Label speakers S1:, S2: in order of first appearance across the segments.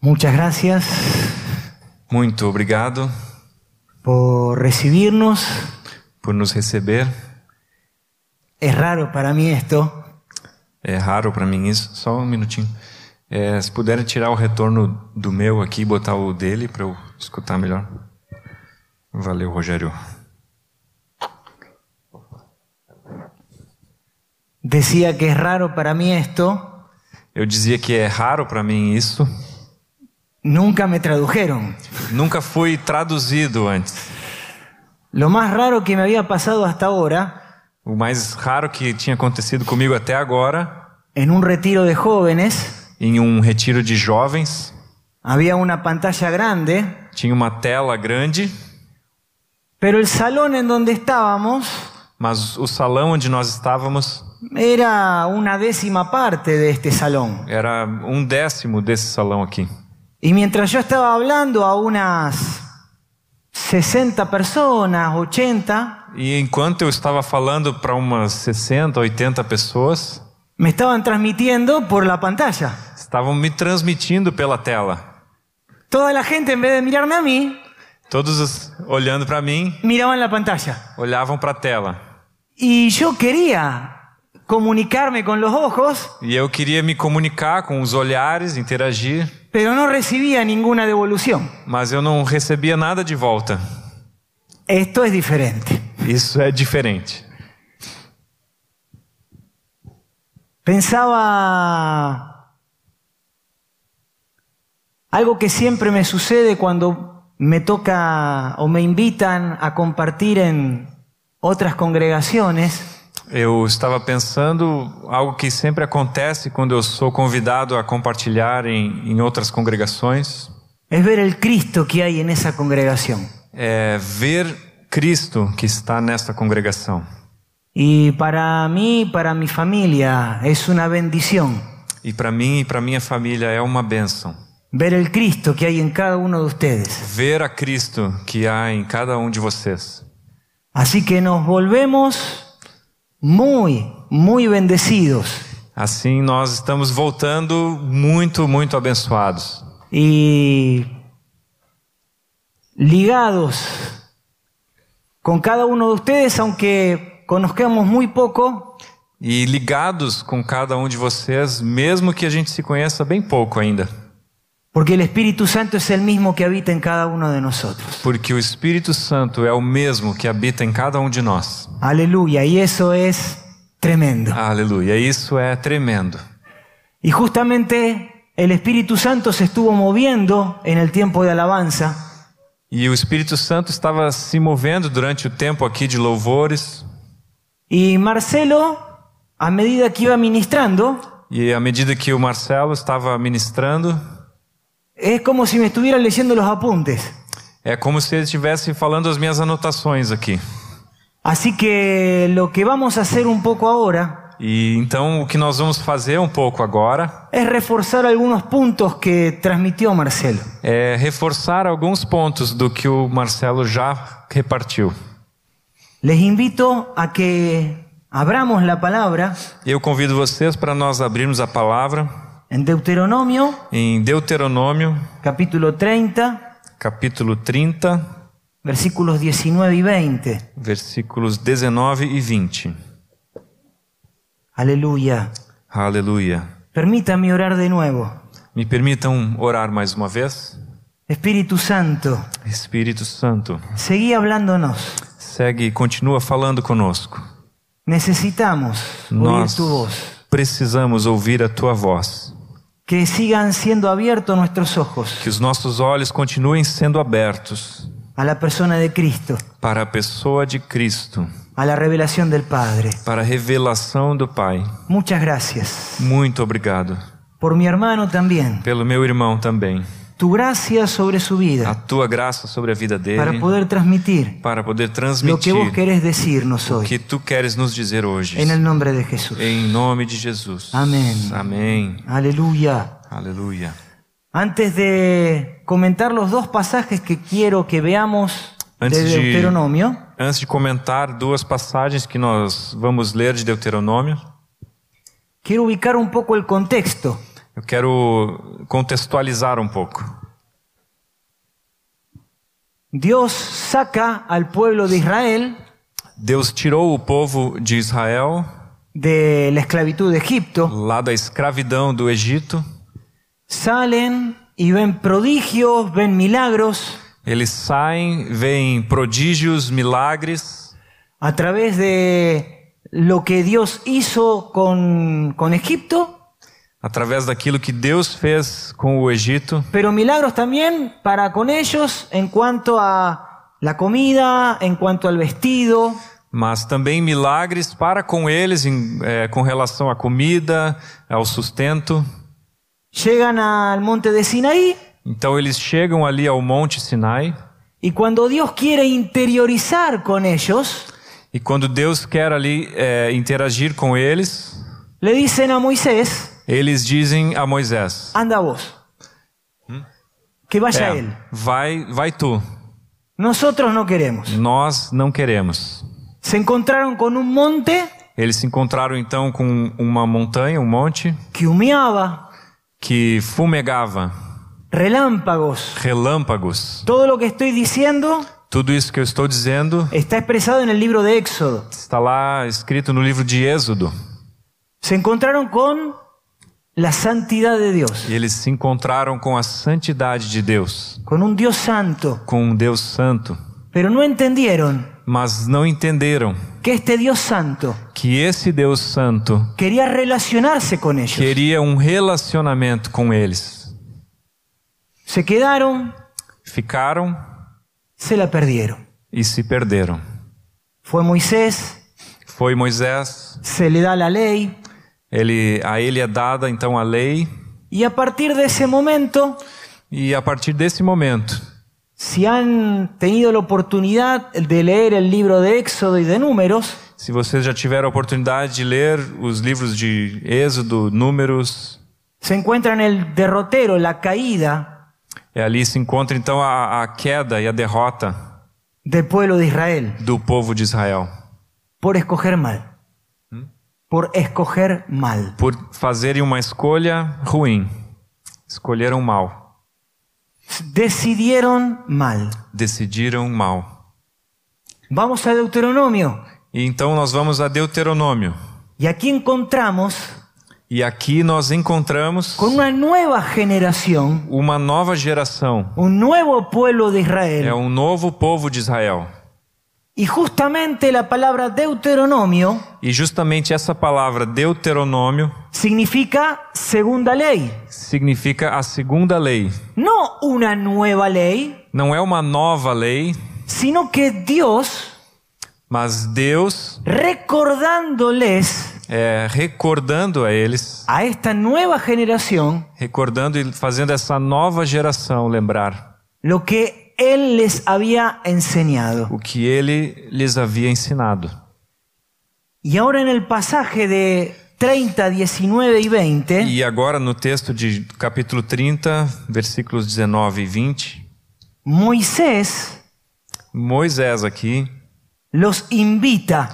S1: Muchas gracias
S2: Muito obrigado
S1: por recibirnos.
S2: por nos receber.
S1: Es raro para mí esto,
S2: É raro para mim isso. Só um minutinho. É, se puderem tirar o retorno do meu aqui e botar o dele para eu escutar melhor. Valeu, Rogério.
S1: decía que es raro para mí esto,
S2: Eu dizia que é raro para mim isso.
S1: nunca me tradujeron.
S2: Nunca fui traduzido antes.
S1: Lo más raro que me había pasado hasta ahora,
S2: O mais raro que tinha acontecido comigo até agora,
S1: en un retiro de jóvenes,
S2: em um retiro de jovens,
S1: había una pantalla grande,
S2: tinha uma tela grande,
S1: pero el salón en donde estábamos
S2: mas o salão onde nós estávamos
S1: era una décima parte de este salón.
S2: era um décimo desse salão aqui.
S1: Y mientras yo estaba hablando a unas 60 personas, 80,
S2: E enquanto eu estava falando para umas 60, 80 pessoas,
S1: me estaban transmitiendo por la pantalla.
S2: estavam me transmitindo pela tela.
S1: Toda la gente, en vez de mirarme a mí,
S2: Todos os- olhando para mim,
S1: miraban la pantalla.
S2: olhavam para a tela.
S1: Y yo quería comunicarme con los ojos,
S2: E eu queria me comunicar com os olhares, interagir,
S1: pero no recibía ninguna devolución.
S2: mas eu não recebia nada de volta.
S1: Esto es diferente.
S2: Isso é diferente.
S1: Pensaba algo que siempre me sucede cuando me toca o me invitan a compartir en otras congregaciones.
S2: Eu estava pensando algo que sempre acontece quando eu sou convidado a compartilhar em, em outras congregações,
S1: Es ver el Cristo que hay en esa congregación.
S2: é ver Cristo que está nesta congregação.
S1: Y para mí, para mi familia, es una bendición
S2: E para mim e para minha família é uma bênção
S1: ver el Cristo que hay en cada uno de ustedes.
S2: ver a Cristo que há em cada um de vocês.
S1: Así que nos volvemos muy, muy bendecidos.
S2: Assim nós estamos voltando muito, muito abençoados
S1: y ligados con cada uno de ustedes, aunque conozcamos muy poco,
S2: e ligados com cada um de vocês, mesmo que a gente se conheça bem pouco ainda,
S1: porque el Espíritu Santo es el mismo que habita en cada uno de nosotros.
S2: porque o Espírito Santo é o mesmo que habita em cada um de nós.
S1: Aleluya, y eso es tremendo.
S2: Aleluia, isso é tremendo.
S1: Y justamente el Espíritu Santo se estuvo moviendo en el tiempo de alabanza,
S2: E o Espírito Santo estava se movendo durante o tempo aqui de louvores,
S1: y Marcelo, a medida que iba ministrando,
S2: e à medida que o Marcelo estava ministrando,
S1: es como si me estuviera leyendo los apuntes.
S2: É como se ele estivesse falando as minhas anotações aqui.
S1: Así que lo que vamos a hacer un poco ahora
S2: E então o que nós vamos fazer um pouco agora
S1: es reforzar algunos puntos que transmitió Marcelo.
S2: é reforçar alguns pontos do que o Marcelo já repartiu.
S1: Les invito a que abramos la palabra
S2: Eu convido vocês para nós abrirmos a palavra
S1: en Deuteronomio
S2: em Deuteronômio,
S1: capítulo 30,
S2: capítulo 30,
S1: versículos 19 y 20.
S2: versículos 19 e 20.
S1: Aleluya.
S2: Aleluia.
S1: Permítame orar de nuevo.
S2: Me permitam orar mais uma vez?
S1: Espíritu Santo,
S2: Espírito Santo,
S1: seguí hablándonos.
S2: segue e continua falando conosco.
S1: Necesitamos oír
S2: Nós
S1: tu voz.
S2: precisamos ouvir a tua voz.
S1: Que sigan siendo abiertos nuestros ojos
S2: Que os nossos olhos continuem sendo abertos
S1: a la persona de Cristo,
S2: para a pessoa de Cristo,
S1: a la revelación del Padre.
S2: para a revelação do Pai.
S1: Muchas gracias.
S2: Muito obrigado.
S1: Por mi hermano también.
S2: Pelo meu irmão também.
S1: tu gracia sobre su
S2: A
S1: vida
S2: tua graça sobre a vida
S1: para
S2: dele,
S1: poder transmitir
S2: para poder
S1: lo que
S2: transmitir
S1: vos querés decirnos
S2: o
S1: hoy.
S2: que tu queres nos dizer hoje.
S1: En el nombre de Jesús.
S2: Em nome de Jesus.
S1: Amém.
S2: Amém.
S1: Aleluya.
S2: Aleluia.
S1: Antes de comentar los dos pasajes que quiero que veamos de
S2: Antes de-
S1: Deuteronomio,
S2: Antes de comentar duas passagens que nós vamos ler de Deuteronômio,
S1: quiero ubicar un poco el contexto.
S2: eu Eu quero contextualizar um pouco.
S1: Dios saca al pueblo de Israel
S2: Deus tirou o povo de Israel
S1: de la esclavitud de Egipto,
S2: lá da escravidão do Egito.
S1: salen y ven prodigios, ven milagros
S2: Eles saem, veem prodígios, milagres,
S1: a través de lo que Dios hizo con, con Egipto,
S2: através daquilo que Deus fez com o Egito,
S1: pero milagros también para con ellos en cuanto a la comida, en cuanto al vestido,
S2: mas também milagres para com eles em, eh, com relação à comida, ao sustento.
S1: Llegan al monte de Sinaí
S2: Então eles chegam ali ao Monte Sinai
S1: y cuando Dios quiere interiorizar con ellos,
S2: e quando Deus quer ali eh, interagir com eles,
S1: le dicen a Moisés,
S2: eles dizem a Moisés:
S1: anda vos, que vaya
S2: "É,
S1: él.
S2: vai, vai tu.
S1: Nosotros no queremos.
S2: Nós não queremos.
S1: Se encontraron con un monte
S2: Eles se encontraram então com uma montanha, um monte
S1: que humeaba,
S2: que fumegava,
S1: relámpagos.
S2: relâmpagos.
S1: Todo lo que estoy diciendo
S2: Tudo isso que eu estou dizendo
S1: está expresado en el libro de Éxodo.
S2: está lá escrito no livro de Êxodo.
S1: Se encontraron con la santidad de Dios,
S2: E eles se encontraram com a santidade de Deus,
S1: con un Dios santo,
S2: com um Deus santo,
S1: pero no entendieron
S2: mas não entenderam
S1: que este Dios santo
S2: que esse Deus santo
S1: quería relacionarse con ellos.
S2: queria um relacionamento com eles.
S1: Se quedaron,
S2: Ficaram
S1: se la perdieron.
S2: e se perderam.
S1: Fue Moisés,
S2: Foi Moisés,
S1: se le da la ley,
S2: ele, a ele é dada então a lei,
S1: y a partir de ese momento,
S2: e a partir desse momento,
S1: si han tenido la oportunidad de leer el libro de Éxodo y de Números,
S2: se vocês já tiveram a oportunidade de ler os livros de Êxodo, Números,
S1: se encuentran el derrotero, la caída
S2: é, ali se encontra então a, a queda e a derrota
S1: del pueblo de Israel
S2: do povo de Israel
S1: por escoger mal. Por escoger mal.
S2: por fazerem uma escolha ruim. Escolheram mal,
S1: Decidieron mal.
S2: decidiram mal.
S1: Vamos a Deuteronomio
S2: E então nós vamos a Deuteronômio.
S1: y aquí encontramos
S2: E aqui nós encontramos
S1: con una nueva generación,
S2: uma nova geração.
S1: un nuevo pueblo de
S2: É
S1: Israel.
S2: um novo povo de Israel.
S1: Y justamente la palabra Deuteronomio
S2: E justamente essa palavra Deuteronômio
S1: significa segunda ley.
S2: significa a segunda lei.
S1: No una nueva ley,
S2: Não é uma nova lei,
S1: sino que Dios,
S2: mas Deus
S1: recordándoles
S2: é, recordando a eles,
S1: a esta nueva generación
S2: recordando e fazendo essa nova geração lembrar
S1: lo que Él les había enseñado.
S2: o que ele lhes havia ensinado.
S1: Y ahora en el pasaje de 30, 19 y 20,
S2: E agora no texto de capítulo 30, versículos 19 e 20,
S1: Moisés
S2: Moisés aqui
S1: los invita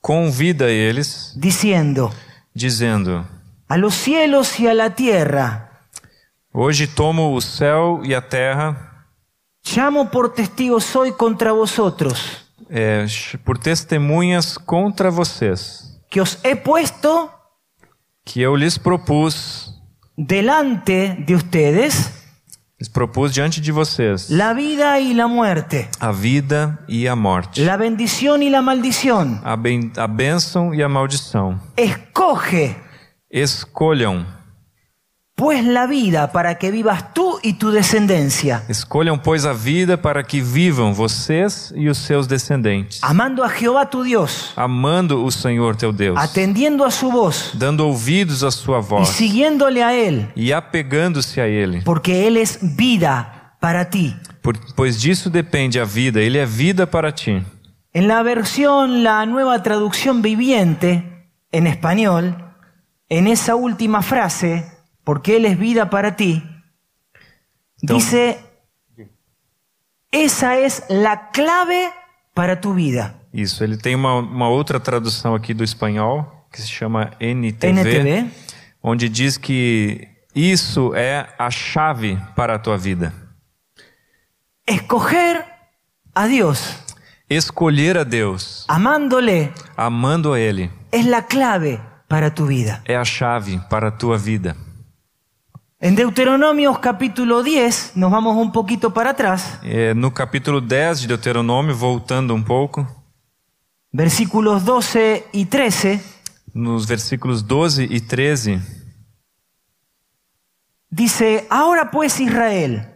S2: convida eles
S1: diciendo,
S2: dizendo:
S1: a los cielos y a la tierra,
S2: Hoje tomo o céu e a terra
S1: llamo por testigos hoy contra vosotros,
S2: é, por testemunhas contra vocês,
S1: que os he puesto
S2: que eu lhes propus,
S1: delante de ustedes
S2: lhes propus diante de vocês
S1: la vida y la muerte,
S2: a vida e a morte,
S1: la bendición y la maldición.
S2: a, ben, a bênção e a maldição.
S1: Escoge
S2: Escolham,
S1: pues la vida para que vivas tú y tu descendencia,
S2: escolham, pois, a vida para que vivam vocês e os seus descendentes,
S1: amando a Jehová tu Dios,
S2: amando o Senhor teu Deus,
S1: atendiendo a su voz
S2: dando ouvidos à sua
S1: y
S2: voz
S1: siguiéndole a Él,
S2: e apegando-se a Ele,
S1: porque Él es vida para ti.
S2: por, pois disso depende a vida, Ele é vida para ti.
S1: En la versión, la nueva traducción viviente en español, en esa última frase, porque Él es vida para ti,
S2: Então-
S1: dice, esa es la clave para tu vida.
S2: Isso, ele tem uma, uma outra tradução aqui do espanhol, que se chama NTV,
S1: NTV.
S2: onde diz que Isso é a chave para a tua vida.
S1: Escoger a Dios,
S2: Escolher a Deus,
S1: amándole,
S2: amando a Ele,
S1: es la clave para tu vida.
S2: é a chave para a tua vida.
S1: En Deuteronomios capítulo 10, nos vamos un poquito para atrás,
S2: É, no capítulo 10 de Deuteronômio, voltando um pouco,
S1: versículos 12 y 13,
S2: nos versículos 12 e 13,
S1: dice, ahora pues Israel,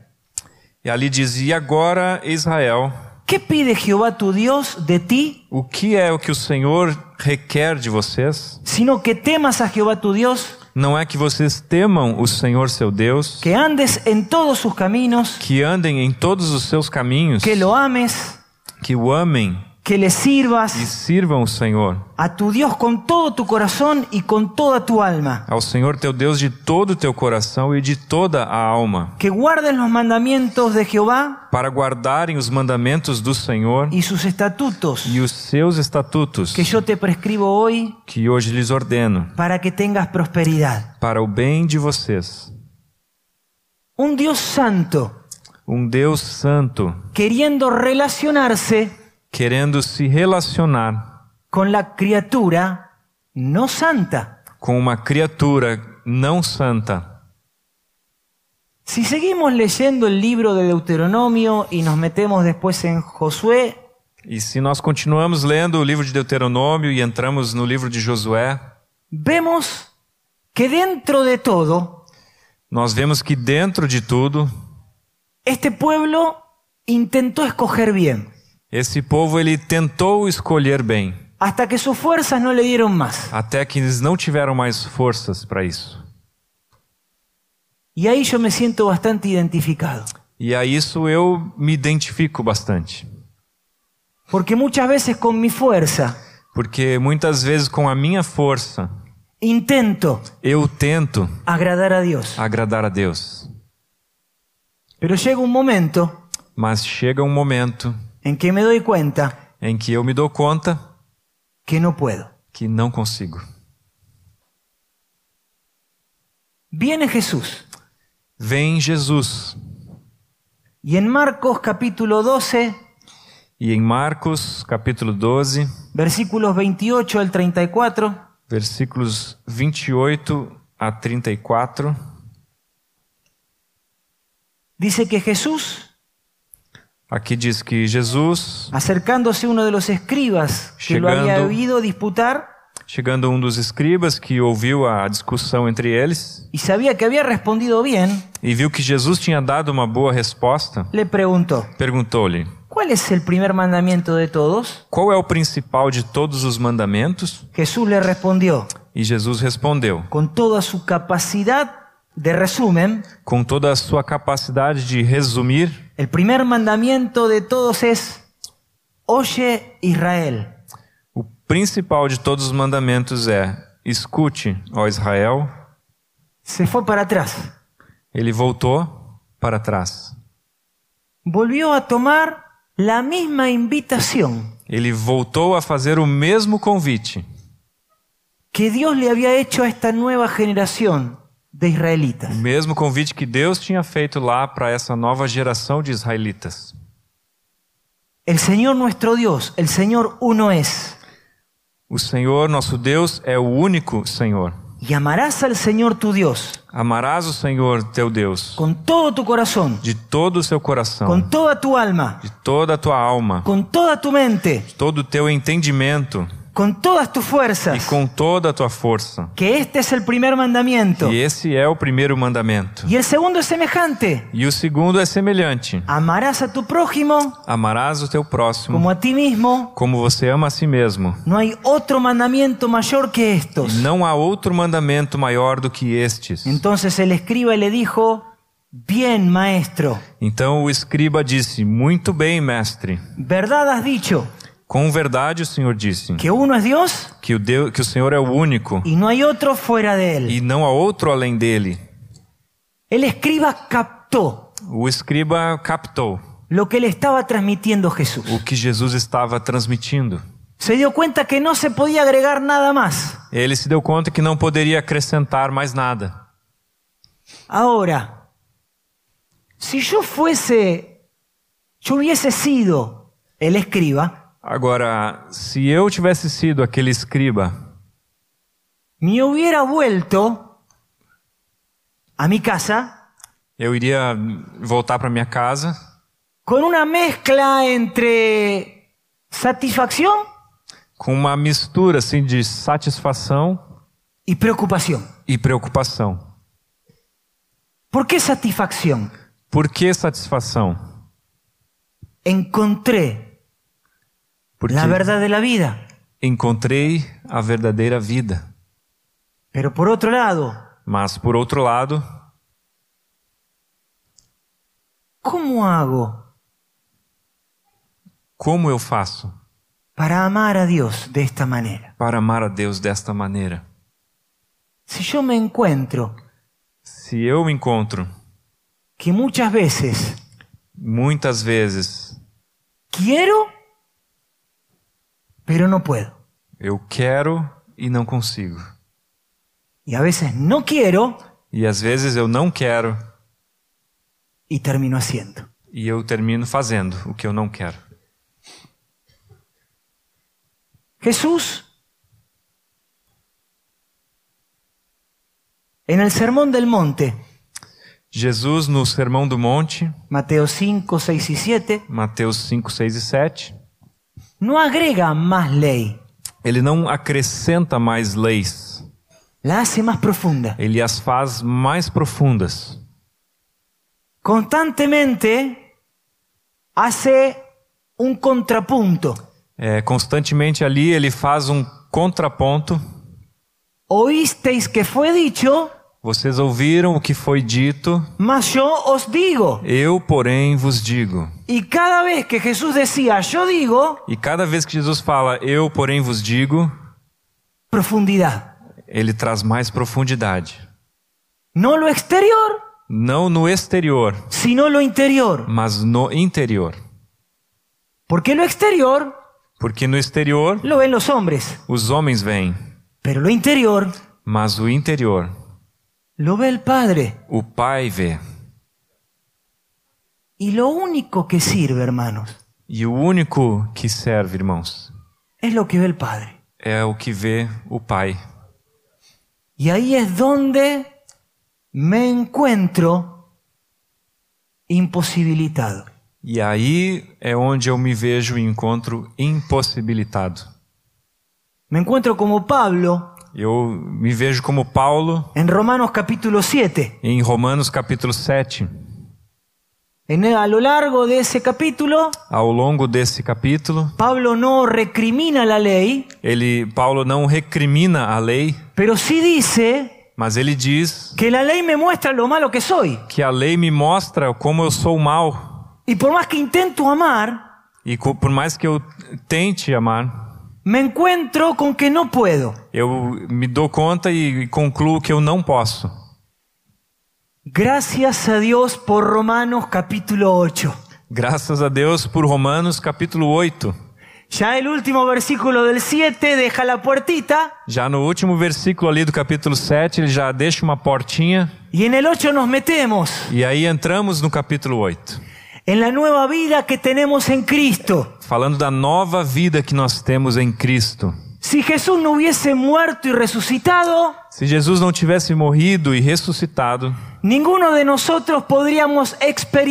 S2: e ali diz: E agora, Israel,
S1: ¿qué pide Jehová tu Dios de ti?
S2: o que é o que o Senhor requer de vocês?
S1: Sino que temas a Jehová tu Dios,
S2: Não é que vocês temam o Senhor seu Deus,
S1: que andes en todos sus caminos,
S2: que andem em todos os seus caminhos,
S1: que lo ames,
S2: que o amem
S1: que le
S2: e
S1: sirvas
S2: sirvam o Senhor,
S1: a tu Dios con todo tu corazón y con toda tu alma,
S2: ao Senhor teu Deus de todo o teu coração e de toda a alma,
S1: que guardes los mandamientos de Jehová
S2: para guardarem os mandamentos do Senhor
S1: y sus estatutos,
S2: e os seus estatutos,
S1: que yo te prescribo hoy
S2: que hoje lhes ordeno,
S1: para que tengas prosperidad.
S2: para o bem de vocês.
S1: Un Dios santo,
S2: Um Deus santo,
S1: queriendo relacionarse
S2: querendo se relacionar
S1: con la criatura no santa.
S2: com uma criatura não santa.
S1: Si seguimos leyendo el libro de Deuteronomio y nos metemos después en Josué,
S2: E se nós continuamos lendo o livro de Deuteronômio e entramos no livro de Josué,
S1: vemos que dentro de todo,
S2: nós vemos que dentro de tudo,
S1: este pueblo intentó escoger bien,
S2: esse povo ele tentou escolher bem,
S1: hasta que sus fuerzas no le dieron más.
S2: até que eles não tiveram mais forças para isso.
S1: Y ahí yo me siento bastante identificado,
S2: E a isso eu me identifico bastante,
S1: porque muchas veces con mi fuerza
S2: porque muitas vezes com a minha força
S1: intento
S2: eu tento
S1: agradar a Dios,
S2: agradar a Deus,
S1: pero llega un momento
S2: mas chega um momento
S1: en que me doy cuenta
S2: em que eu me dou conta
S1: que no puedo.
S2: que não consigo.
S1: Viene Jesús
S2: Vem Jesus.
S1: y en Marcos capítulo 12,
S2: E em Marcos, capítulo 12,
S1: versículos 28 al 34,
S2: versículos 28 a 34,
S1: dice que Jesús,
S2: aqui diz que Jesus,
S1: acercándose uno de los escribas que lo había
S2: Llegando.
S1: oído disputar
S2: chegando um dos escribas que ouviu a discussão entre eles
S1: y sabía que había respondido bien,
S2: e viu que Jesus tinha dado uma boa resposta,
S1: le preguntó,
S2: perguntou-lhe:
S1: ¿cuál es el primer mandamiento de todos?
S2: Qual é o principal de todos os mandamentos?
S1: Jesús le respondió,
S2: E Jesus respondeu,
S1: con toda su capacidad de resumen,
S2: com toda a sua capacidade de resumir:
S1: el primer mandamiento de todos es, oye Israel.
S2: O principal de todos os mandamentos é: Escute, ó Israel,
S1: Se fue para atrás.
S2: Ele voltou para trás.
S1: volvió a tomar la misma invitación
S2: Ele voltou a fazer o mesmo convite
S1: que Dios le había hecho a esta nueva generación de
S2: o
S1: israelitas.
S2: mesmo convite que Deus tinha feito lá para essa nova geração de israelitas.
S1: El Señor nuestro Dios, el Señor uno es.
S2: O Senhor, nosso Deus, é o único Senhor.
S1: Y amarás al Señor tu Dios
S2: Amarás o Senhor teu Deus
S1: con todo tu corazón,
S2: de todo o seu coração,
S1: con toda tu alma,
S2: de toda a tua alma,
S1: con toda tu mente,
S2: de todo o teu entendimento
S1: con todas tus
S2: e
S1: fuerzas.
S2: com toda a tua força.
S1: Que este es el primer mandamiento.
S2: E esse é o primeiro mandamento.
S1: Y el segundo es semejante.
S2: E o segundo é semelhante:
S1: Amarás a tu prójimo
S2: amarás o teu próximo
S1: como a ti mismo.
S2: como você ama a si mesmo.
S1: No hay otro mandamiento mayor que estos.
S2: Não há outro mandamento maior do que estes.
S1: Entonces el escriba le dijo, bien maestro,
S2: Então o escriba disse: Muito bem, mestre.
S1: ¿verdad has dicho
S2: Com verdade o Senhor disse
S1: que uno es Dios
S2: que o, Deu- que o Senhor é o único
S1: y no hay otro fuera de él?
S2: e não há outro além dele.
S1: El escriba captó
S2: O escriba captou
S1: lo que le estaba transmitiendo Jesús.
S2: o que Jesus estava transmitindo.
S1: Se dio cuenta que no se podía agregar nada más.
S2: Ele se deu conta que não poderia acrescentar mais nada.
S1: Ahora, si yo fuese, yo hubiese sido el escriba,
S2: Agora, se eu tivesse sido aquele escriba,
S1: me hubiera vuelto a mi casa
S2: eu iria voltar para minha casa
S1: con una mezcla entre satisfacción
S2: com uma mistura assim de satisfação
S1: y preocupación.
S2: e preocupação.
S1: ¿Por qué satisfacción?
S2: Por que satisfação?
S1: Encontré
S2: Porque
S1: la verdad de la vida,
S2: encontrei a verdadeira vida.
S1: pero por otro lado,
S2: Mas por outro lado,
S1: ¿cómo hago
S2: como eu faço
S1: para amar a Dios de esta manera?
S2: para amar a Deus desta maneira?
S1: Si yo me encuentro
S2: Se eu me encontro
S1: que muchas veces
S2: muitas vezes
S1: quiero, pero no puedo.
S2: eu quero e não consigo,
S1: Y a veces no quiero
S2: e às vezes eu não quero
S1: y termino haciendo.
S2: e eu termino fazendo o que eu não quero.
S1: Jesús, en el Sermón del Monte,
S2: Jesus no Sermão do Monte,
S1: Mateo 5, 6 y 7,
S2: Mateus 5, 6 e 7,
S1: no agrega más ley,
S2: ele não acrescenta mais leis,
S1: la hace más profunda.
S2: ele as faz mais profundas.
S1: Constantemente hace un contrapunto.
S2: É, constantemente ali ele faz um contraponto.
S1: Oísteis que fue dicho,
S2: Vocês ouviram o que foi dito,
S1: mas yo os digo.
S2: eu, porém, vos digo.
S1: Y cada vez que Jesús decía, yo digo,
S2: E cada vez que Jesus fala, eu, porém, vos digo,
S1: profundidad.
S2: ele traz mais profundidade.
S1: No lo exterior,
S2: Não no exterior,
S1: sino lo interior.
S2: mas no interior.
S1: Porque lo exterior
S2: Porque no exterior
S1: lo ven los hombres,
S2: os homens vêm,
S1: pero lo interior
S2: mas o interior
S1: lo ve el Padre.
S2: o Pai vê.
S1: Y lo único que sirve, hermanos,
S2: E o único que serve, irmãos,
S1: es lo que ve el Padre.
S2: é o que vê o Pai.
S1: Y ahí es donde me encuentro imposibilitado.
S2: E aí é onde eu me vejo e encontro impossibilitado.
S1: Me encuentro como Pablo
S2: Eu me vejo como Paulo
S1: en Romanos capítulo 7.
S2: em Romanos capítulo 7.
S1: En, a lo largo de ese capítulo,
S2: Ao longo desse capítulo,
S1: Pablo no recrimina la ley,
S2: ele Paulo não recrimina a lei,
S1: pero sí dice
S2: mas ele diz
S1: que la ley me muestra lo malo que soy.
S2: que a lei me mostra como eu sou mal
S1: Y por más que intento amar,
S2: e co- por mais que eu tente amar,
S1: me encuentro con que no puedo.
S2: eu me dou conta e concluo que eu não posso.
S1: Gracias a Dios por Romanos capítulo 8.
S2: Graças a Deus por Romanos capítulo 8.
S1: Ya el último versículo del 7 deja la puertita
S2: Já no último versículo ali do capítulo 7, ele já deixa uma portinha
S1: y en el 8 nos metemos
S2: e aí entramos no capítulo 8,
S1: en la nueva vida que tenemos en Cristo.
S2: falando da nova vida que nós temos em Cristo.
S1: Si Jesús no hubiese muerto y resucitado,
S2: Se Jesus não tivesse morrido e ressuscitado,
S1: ninguno de nosotros podríamos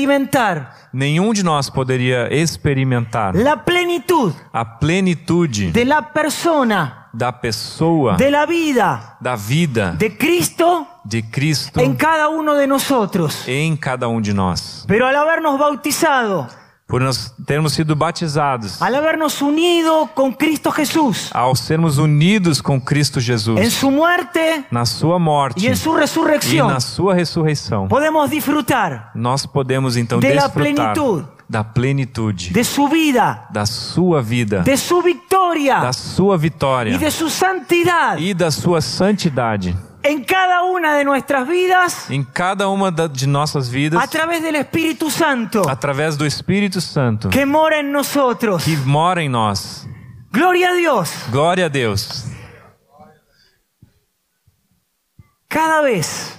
S1: experimentar
S2: nenhum de nós poderia experimentar
S1: la plenitud
S2: a plenitude
S1: de la persona,
S2: da pessoa,
S1: de la vida
S2: da vida
S1: de Cristo
S2: de Cristo
S1: en cada uno de nosotros.
S2: em cada um de nós.
S1: Pero al habernos bautizado,
S2: Por nós termos sido batizados,
S1: al habernos unido con Cristo Jesús
S2: ao sermos unidos com Cristo
S1: en
S2: Jesus
S1: su muerte
S2: na sua morte
S1: y en su
S2: e
S1: resurrección,
S2: na sua ressurreição,
S1: podemos disfrutar
S2: nós podemos então
S1: De la
S2: desfrutar
S1: plenitude.
S2: da plenitude
S1: de su vida,
S2: da sua vida,
S1: de su victoria
S2: da sua
S1: y
S2: vitória
S1: de su santidad
S2: e da sua santidade
S1: en cada una de nuestras vidas
S2: em cada uma da- de nossas vidas
S1: a través del Espíritu Santo
S2: através do Espírito Santo
S1: que mora en nosotros.
S2: que mora em nós.
S1: Gloria a Dios.
S2: Glória a Deus.
S1: Cada vez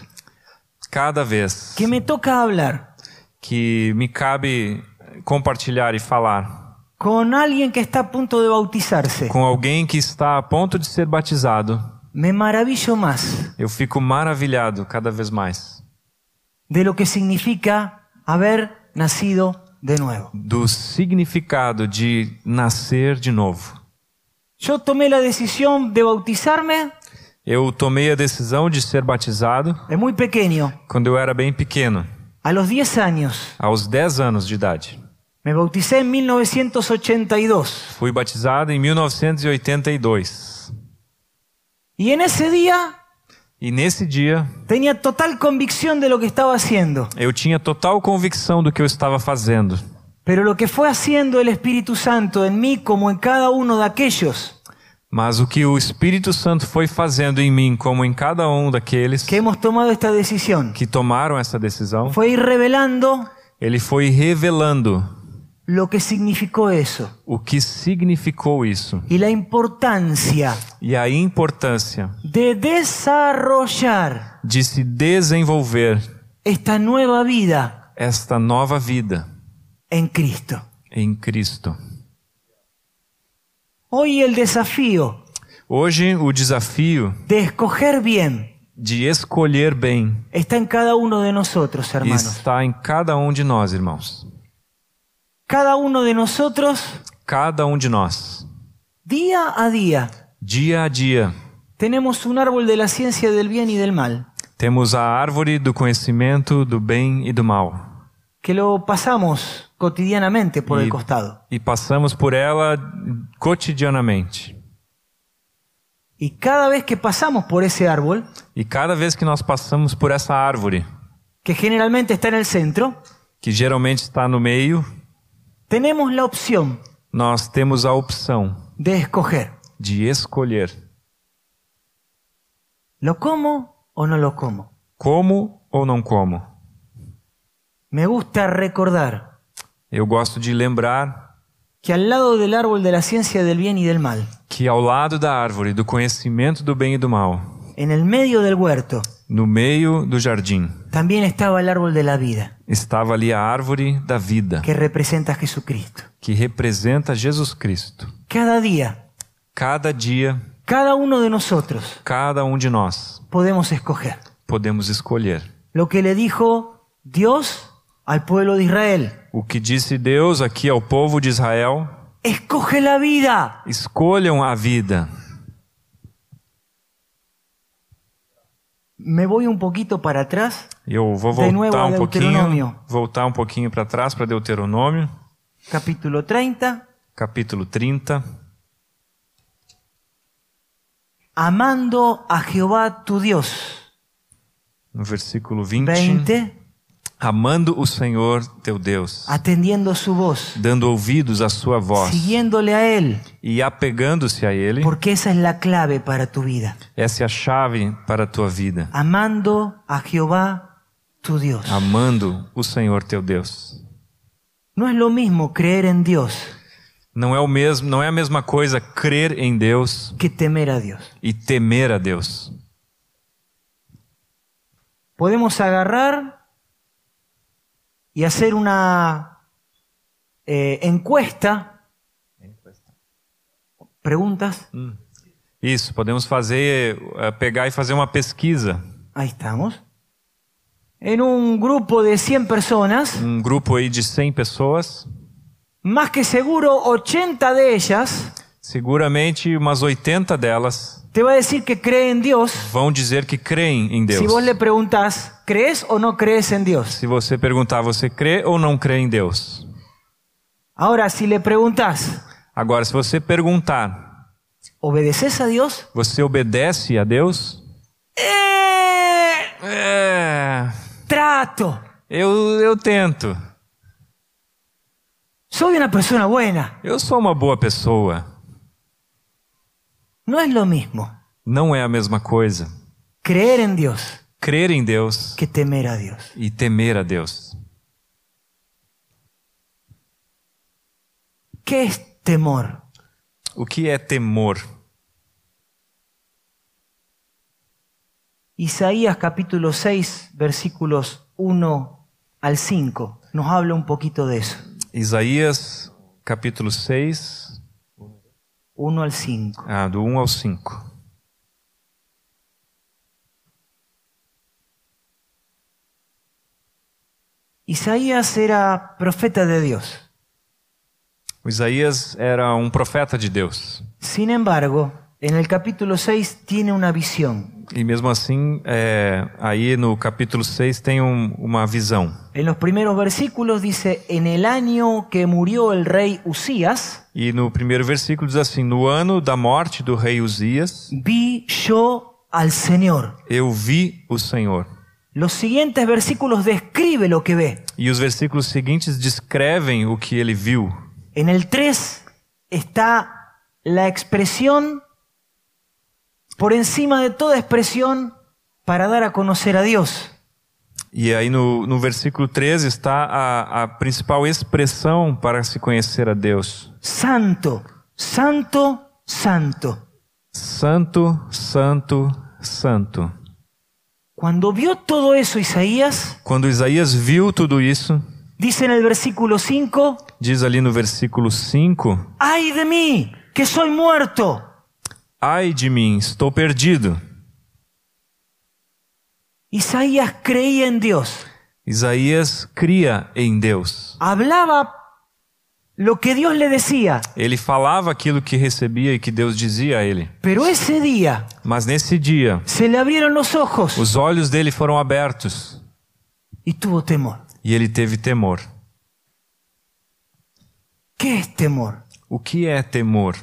S2: cada vez
S1: que me toca hablar
S2: que me cabe compartilhar e falar
S1: con alguien que está a punto de bautizarse,
S2: com alguém que está a ponto de ser batizado,
S1: me maravillo más
S2: eu fico maravilhado cada vez mais
S1: de lo que significa haber nacido de nuevo.
S2: do significado de nascer de novo.
S1: Yo tomé la decisión de bautizarme
S2: Eu tomei a decisão de ser batizado
S1: de muy pequeño,
S2: quando eu era bem pequeno,
S1: a los 10 años.
S2: aos 10 anos de idade.
S1: Me bauticé en 1982.
S2: Fui batizado em 1982.
S1: Y en ese día
S2: E nesse dia,
S1: tenía total convicción de lo que estaba haciendo.
S2: eu tinha total convicção do que eu estava fazendo.
S1: Pero lo que fue haciendo el Espíritu Santo en mí como en cada uno de aquellos
S2: Mas o que o Espírito Santo foi fazendo em mim, como em cada um daqueles
S1: que hemos tomado esta decisión
S2: que tomaram essa decisão,
S1: fue ir revelando
S2: ele foi revelando
S1: lo que significó eso
S2: o que significou isso
S1: y la importancia
S2: e a importância
S1: de desarrollar
S2: de se desenvolver
S1: esta nueva vida
S2: esta nova vida
S1: en Cristo.
S2: em Cristo.
S1: Hoy el desafío
S2: Hoje, o desafio
S1: de escoger bien
S2: de escolher bem
S1: está en cada uno de nosotros, hermanos.
S2: está em cada um de nós, irmãos.
S1: Cada uno de nosotros,
S2: Cada um de nós,
S1: día a día,
S2: dia a dia,
S1: tenemos un árbol de la ciencia del bien y del mal,
S2: temos a árvore do conhecimento do bem e do mal.
S1: que lo pasamos cotidianamente por el
S2: Y-
S1: costado.
S2: e passamos por ela cotidianamente.
S1: Y cada vez que pasamos por ese árbol,
S2: E cada vez que nós passamos por essa árvore,
S1: que generalmente está en el centro,
S2: que geralmente está no meio,
S1: tenemos la opción
S2: nós temos a opção
S1: de escoger.
S2: de escolher
S1: ¿Lo como o no lo como?
S2: como ou não como.
S1: Me gusta recordar
S2: Eu gosto de lembrar
S1: que al lado del árbol de la ciencia del bien y del mal,
S2: que ao lado da árvore do conhecimento do bem e do mal,
S1: en el medio del huerto,
S2: no meio do jardim,
S1: también estaba el árbol de la vida,
S2: estava ali a árvore da vida,
S1: que representa a Jesucristo.
S2: que representa Jesus Cristo.
S1: Cada día,
S2: Cada dia,
S1: cada uno de nosotros
S2: cada um de nós
S1: podemos escoger.
S2: podemos escolher
S1: lo que le dijo Dios al pueblo de Israel.
S2: O que disse Deus aqui ao povo de Israel:
S1: Escoge la vida.
S2: escolham a vida.
S1: Me voy un poquito para atrás.
S2: Eu vou
S1: De novo
S2: voltar
S1: a
S2: um pouquinho,
S1: Deuteronômio.
S2: voltar um pouquinho para trás para Deuteronômio,
S1: Capítulo 30.
S2: capítulo 30.
S1: Amando a Jehová tu Dios.
S2: No versículo 20,
S1: 20.
S2: amando o Senhor teu Deus,
S1: Atendiendo su voz.
S2: dando ouvidos à sua voz
S1: Siguiéndole a Él.
S2: e apegando-se a Ele,
S1: Porque esa es la clave para tu vida.
S2: essa é a chave para a tua vida.
S1: Amando a Jehová tu Dios.
S2: Ah. Amando o Senhor teu Deus.
S1: No es lo mismo creer en Dios
S2: Não é o mesmo, não é a mesma coisa crer em Deus
S1: que temer a Dios.
S2: e temer a Deus.
S1: podemos agarrar y hacer una eh, encuesta, preguntas,
S2: Isso, podemos fazer, eh, pegar e fazer uma pesquisa.
S1: ahí estamos, en un grupo de 100 personas,
S2: Um grupo aí de 100 pessoas,
S1: más que seguro 80 de ellas
S2: seguramente umas 80 delas
S1: te va a decir que cree en Dios.
S2: vão dizer que creem em Deus.
S1: Si vos le preguntás, ¿crees o no crees en Dios?
S2: Se você perguntar, você crê ou não crê em Deus?
S1: Ahora, si le preguntás,
S2: Agora, se você perguntar,
S1: ¿obedeces a Dios?
S2: você obedece a Deus?
S1: ¡Eh!
S2: É,
S1: Trato.
S2: eu, eu tento.
S1: Soy una persona buena.
S2: Eu sou uma boa pessoa.
S1: No es lo mismo.
S2: Não é a mesma coisa
S1: creer en Dios
S2: crer em Deus
S1: que temer a Dios.
S2: e temer a Deus.
S1: ¿Qué es temor?
S2: O que é temor?
S1: Isaías capítulo 6, versículos 1 al 5, nos habla un poquito de eso.
S2: Isaías, capítulo 6,
S1: 1 al 5.
S2: ah, do 1 ao 5.
S1: Isaías era profeta de Dios.
S2: O Isaías era um profeta de Deus.
S1: Sin embargo, en el capítulo 6 tiene una visión.
S2: E mesmo assim, é, aí no capítulo 6 tem um- uma visão.
S1: En los primeros versículos dice, en el año que murió el rey Usías,
S2: E no primeiro versículo diz assim: No ano da morte do rei Uzias,
S1: vi yo al Señor.
S2: eu vi o Senhor.
S1: Los siguientes versículos describe lo que ve.
S2: E os versículos seguintes descrevem o que ele viu.
S1: En el 3 está la expresión por encima de toda expresión para dar a conocer a Dios.
S2: E aí no, no versículo 13 está a, a principal expressão para se conhecer a Deus:
S1: Santo, santo, santo.
S2: Santo, Santo, Santo.
S1: Cuando vio todo eso Isaías,
S2: Quando Isaías viu tudo isso,
S1: dice en el versículo 5,
S2: diz ali no versículo 5:
S1: ay de mí, que soy muerto.
S2: Ai de mim, estou perdido.
S1: Isaías creía en Dios,
S2: Isaías cria em Deus.
S1: hablaba lo que Dios le decía,
S2: Ele falava aquilo que recebia e que Deus dizia a ele.
S1: pero ese día
S2: Mas nesse dia,
S1: se le abrieron los ojos
S2: os olhos dele foram abertos
S1: y tuvo temor.
S2: e ele teve temor.
S1: ¿Qué es temor?
S2: O que é temor?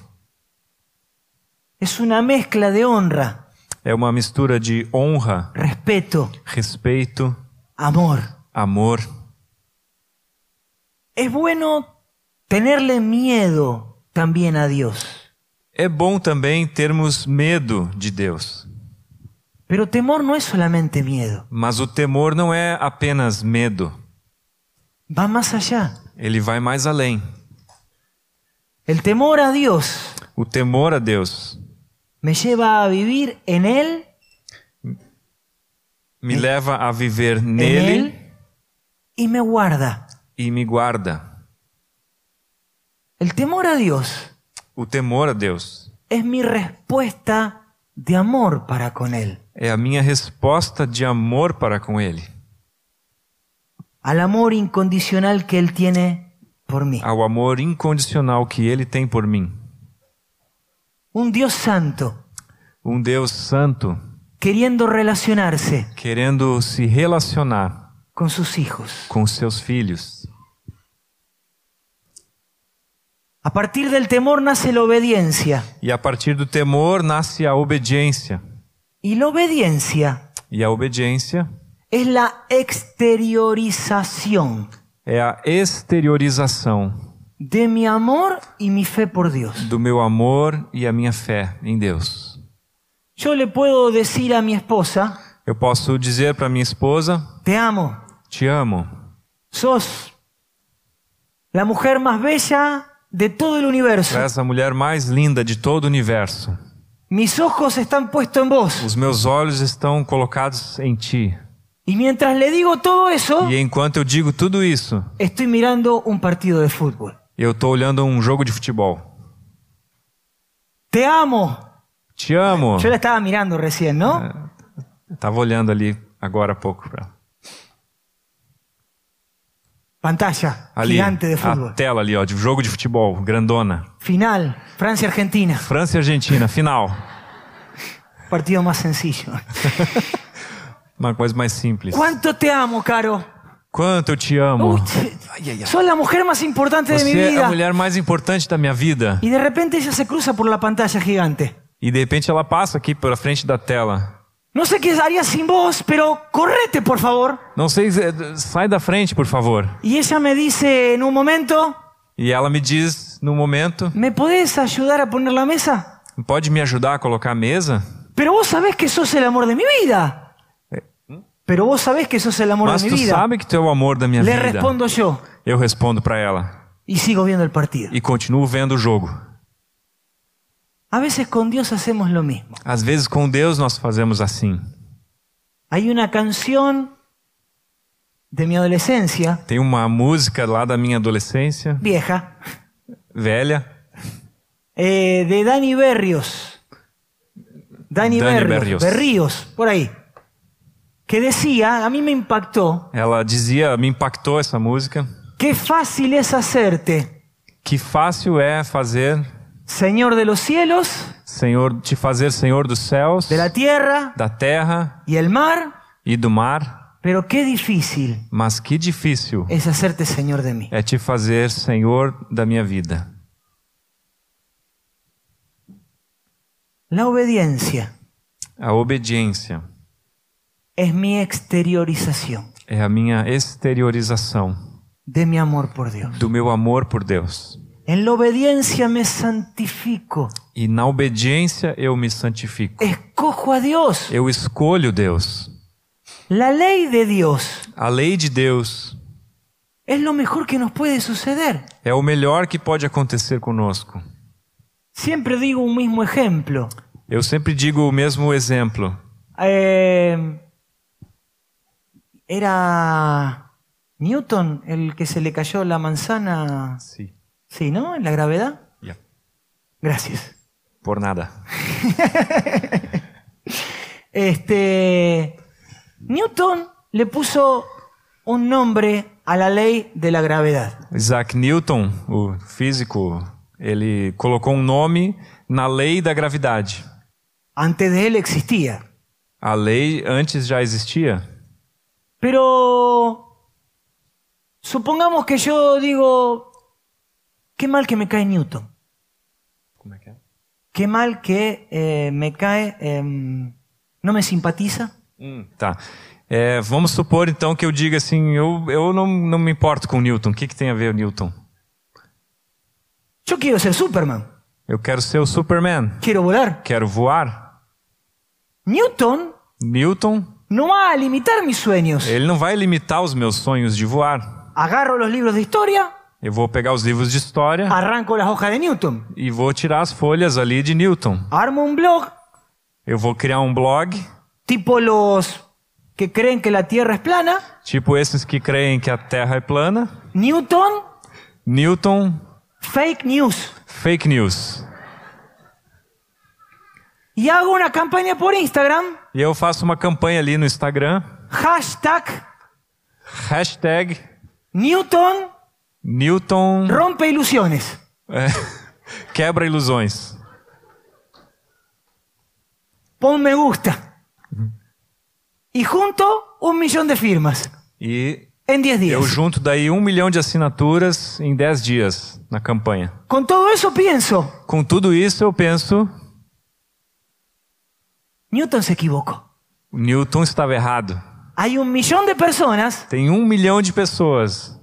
S1: Es una mezcla de honra,
S2: É uma mistura de honra,
S1: respeto,
S2: respeito,
S1: amor.
S2: amor.
S1: Es bueno tenerle miedo también a Dios,
S2: É bom também termos medo de Deus.
S1: pero temor no es solamente miedo,
S2: Mas o temor não é apenas medo,
S1: va más allá.
S2: ele vai mais além.
S1: El temor a Dios
S2: O temor a Deus
S1: me lleva a vivir en Él,
S2: me leva a viver
S1: en
S2: nele
S1: Él y me guarda.
S2: e me guarda.
S1: El temor a Dios
S2: O temor a Deus
S1: es mi respuesta de amor para con Él,
S2: é a minha resposta de amor para com ele,
S1: al amor incondicional que Él tiene por mí.
S2: ao amor incondicional que ele tem por mim.
S1: Un Dios santo,
S2: Um Deus santo
S1: queriendo relacionarse
S2: querendo se relacionar
S1: con sus hijos.
S2: com seus filhos.
S1: A partir del temor nace la obediencia.
S2: E a partir do temor nasce a obediência.
S1: Y la obediencia
S2: E a obediência
S1: es la exteriorización
S2: é a exteriorização
S1: de mi amor y mi fe por Dios.
S2: do meu amor e a minha fé em Deus.
S1: Yo le puedo decir a mi esposa,
S2: Eu posso dizer para minha esposa:
S1: te amo,
S2: Te amo.
S1: sos la mujer más bella de todo el
S2: Tu
S1: universo.
S2: és a mulher mais linda de todo o universo.
S1: Mis ojos están puestos en vos.
S2: Os meus olhos estão colocados em ti.
S1: Y mientras le digo todo eso,
S2: E enquanto eu digo tudo isso,
S1: estoy mirando un partido de fútbol.
S2: eu estou olhando um jogo de futebol.
S1: Te amo.
S2: Te amo.
S1: Yo la estaba mirando recién, ¿no?
S2: Estava olhando ali agora há pouco para
S1: Pantalla,
S2: ali
S1: gigante de
S2: a
S1: fútbol.
S2: tela ali, ó, de jogo de futebol, grandona.
S1: Final, Francia-Argentina.
S2: França e Argentina, final.
S1: Partido más sencillo.
S2: Uma coisa mais simples.
S1: ¿Cuánto te amo, Caro?
S2: Quanto eu te amo.
S1: Uy, che, sos la mujer más importante de mi
S2: Você é a
S1: vida.
S2: mulher mais importante da minha vida.
S1: Y de repente ella se cruza por la pantalla gigante.
S2: E de repente ela passa aqui pela frente da tela.
S1: No sé qué haría sin vos, pero correte, por favor.
S2: Não sei, se- é, sai da frente, por favor.
S1: Y ella me dice en un momento,
S2: E ela me diz no momento:
S1: ¿me podés ayudar a poner la mesa?
S2: Pode me ajudar a colocar a mesa?
S1: Pero vos sabés que sos el amor de mi vida. Pero vos sabés que sos el amor
S2: Mas
S1: de
S2: tu
S1: mi vida.
S2: sabe que tu é o amor da minha
S1: Le
S2: vida.
S1: respondo yo
S2: Eu respondo pra ela
S1: y sigo viendo el partido.
S2: e continuo vendo o jogo.
S1: A veces con Dios hacemos lo mismo.
S2: Às vezes com Deus nós fazemos assim.
S1: Hay una canción de mi adolescencia,
S2: Tem uma música lá da minha adolescência,
S1: vieja,
S2: velha,
S1: eh, de Dani Berrios. Dani,
S2: Dani
S1: Berrios,
S2: Berrios.
S1: Berríos, por ahí. Que decía, a mí me impactó,
S2: ela dizia, me impactou essa música,
S1: qué fácil es hacerte
S2: que fácil é fazer
S1: Señor de los cielos,
S2: Senhor, te fazer Senhor dos céus,
S1: de la tierra
S2: da terra
S1: y el mar,
S2: e do mar,
S1: pero qué difícil
S2: mas que difícil
S1: es hacerte Señor de mí.
S2: é te fazer Senhor da minha vida.
S1: La obediencia
S2: A obediência
S1: es mi exteriorización
S2: é a minha exteriorização
S1: de mi amor por Dios.
S2: do meu amor por Deus.
S1: En la obediencia me santifico,
S2: E na obediência eu me santifico.
S1: escojo a Dios.
S2: Eu escolho Deus.
S1: La ley de Dios
S2: A lei de Deus
S1: es lo mejor que nos puede suceder.
S2: é o melhor que pode acontecer conosco.
S1: Siempre digo un mismo ejemplo.
S2: Eu sempre digo o mesmo exemplo.
S1: Eh, era Newton el que se le cayó la manzana,
S2: Sim.
S1: sí, ¿no? En la gravedad.
S2: Yeah.
S1: Gracias.
S2: Por nada.
S1: Este, Newton le puso un nombre a la ley de la gravedad.
S2: Isaac Newton, o físico, ele colocou um nome na lei da gravidade.
S1: Antes de él existía.
S2: A lei antes já existia.
S1: Pero supongamos que yo digo, qué mal que me cae Newton.
S2: Como é que é?
S1: Qué mal que eh, me cae, em, no me simpatiza.
S2: Hum, tá. É, vamos supor então que eu diga assim, eu, eu não, não me importo com Newton. O que, que tem a ver Newton?
S1: Yo quiero ser Superman.
S2: Eu quero ser o Superman.
S1: Quiero volar.
S2: Quero voar.
S1: Newton
S2: Newton,
S1: no va a limitar mis sueños.
S2: ele não vai limitar os meus sonhos de voar.
S1: Agarro los libros de historia,
S2: Eu vou pegar os livros de história
S1: arranco las hojas de Newton.
S2: e vou tirar as folhas ali de Newton.
S1: armo un blog,
S2: Eu vou criar um blog
S1: tipo los que creen que la Tierra es plana,
S2: Tipo esses que creem que a Terra é plana.
S1: Newton,
S2: Newton,
S1: fake news.
S2: fake news.
S1: Y hago una campaña por Instagram,
S2: E eu faço uma campanha ali no Instagram.
S1: hashtag
S2: Hashtag
S1: Newton
S2: Newton
S1: rompe ilusiones.
S2: é, quebra ilusões.
S1: Pon me gusta. Y junto un millón de firmas
S2: E
S1: en 10 días.
S2: eu junto daí um milhão de assinaturas em 10 dias na campanha.
S1: Con todo eso pienso,
S2: Com tudo isso, eu penso,
S1: Newton se equivocó.
S2: Newton estava errado.
S1: Hay un millón de personas
S2: Tem um milhão de pessoas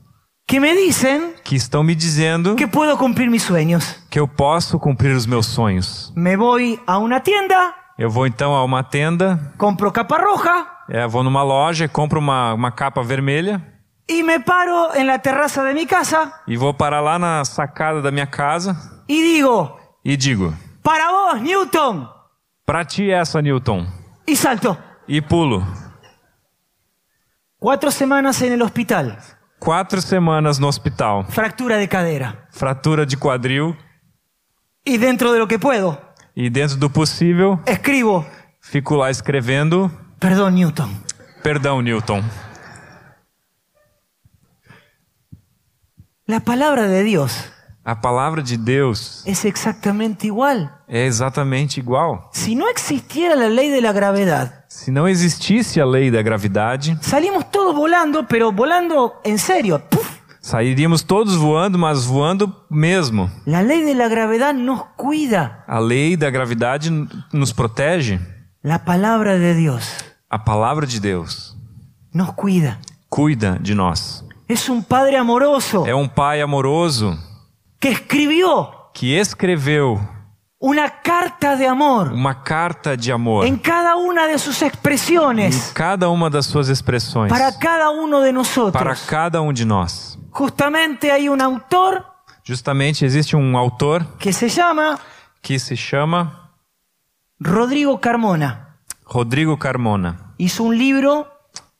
S1: que me dicen
S2: que estão me dizendo
S1: que puedo cumplir mis sueños.
S2: que eu posso cumprir os meus sonhos.
S1: Me voy a una tienda,
S2: Eu vou então a uma tenda
S1: compro capa roja,
S2: É, vou numa loja, e compro uma, uma capa vermelha
S1: Y me paro en la terraza de mi casa
S2: e vou parar lá na sacada da minha casa
S1: y digo,
S2: e digo:
S1: para vos, Newton.
S2: Pra ti é essa, Newton.
S1: Y salto.
S2: E pulo.
S1: Cuatro semanas en el hospital.
S2: Quatro semanas no hospital,
S1: Fractura de cadera.
S2: fratura de quadril
S1: Y dentro de lo que puedo,
S2: e, dentro do possível,
S1: escribo,
S2: fico lá escrevendo:
S1: perdón, Newton.
S2: Perdão, Newton.
S1: La palabra de Dios
S2: A palavra de Deus
S1: es exactamente igual.
S2: é exatamente igual.
S1: Si no existiera la ley de la gravedad,
S2: Se não existisse a lei da gravidade,
S1: salimos todos volando, pero volando en serio. ¡Puf!
S2: sairíamos todos voando, mas voando mesmo.
S1: La ley de la gravedad nos cuida.
S2: A lei da gravidade n- nos protege.
S1: La palabra de Dios
S2: A palavra de Deus
S1: nos cuida.
S2: cuida de nós.
S1: Es un Padre amoroso
S2: É um pai amoroso
S1: que escribió
S2: que escreveu
S1: una carta de amor
S2: uma carta de amor
S1: en cada una de sus
S2: em
S1: expresiones
S2: cada uma das suas expressões
S1: para cada uno de
S2: para
S1: nosotros.
S2: cada um de nós.
S1: Justamente hay un autor
S2: Justamente existe um autor
S1: que se llama
S2: que se chama
S1: Rodrigo Carmona.
S2: Rodrigo Carmona.
S1: hizo un libro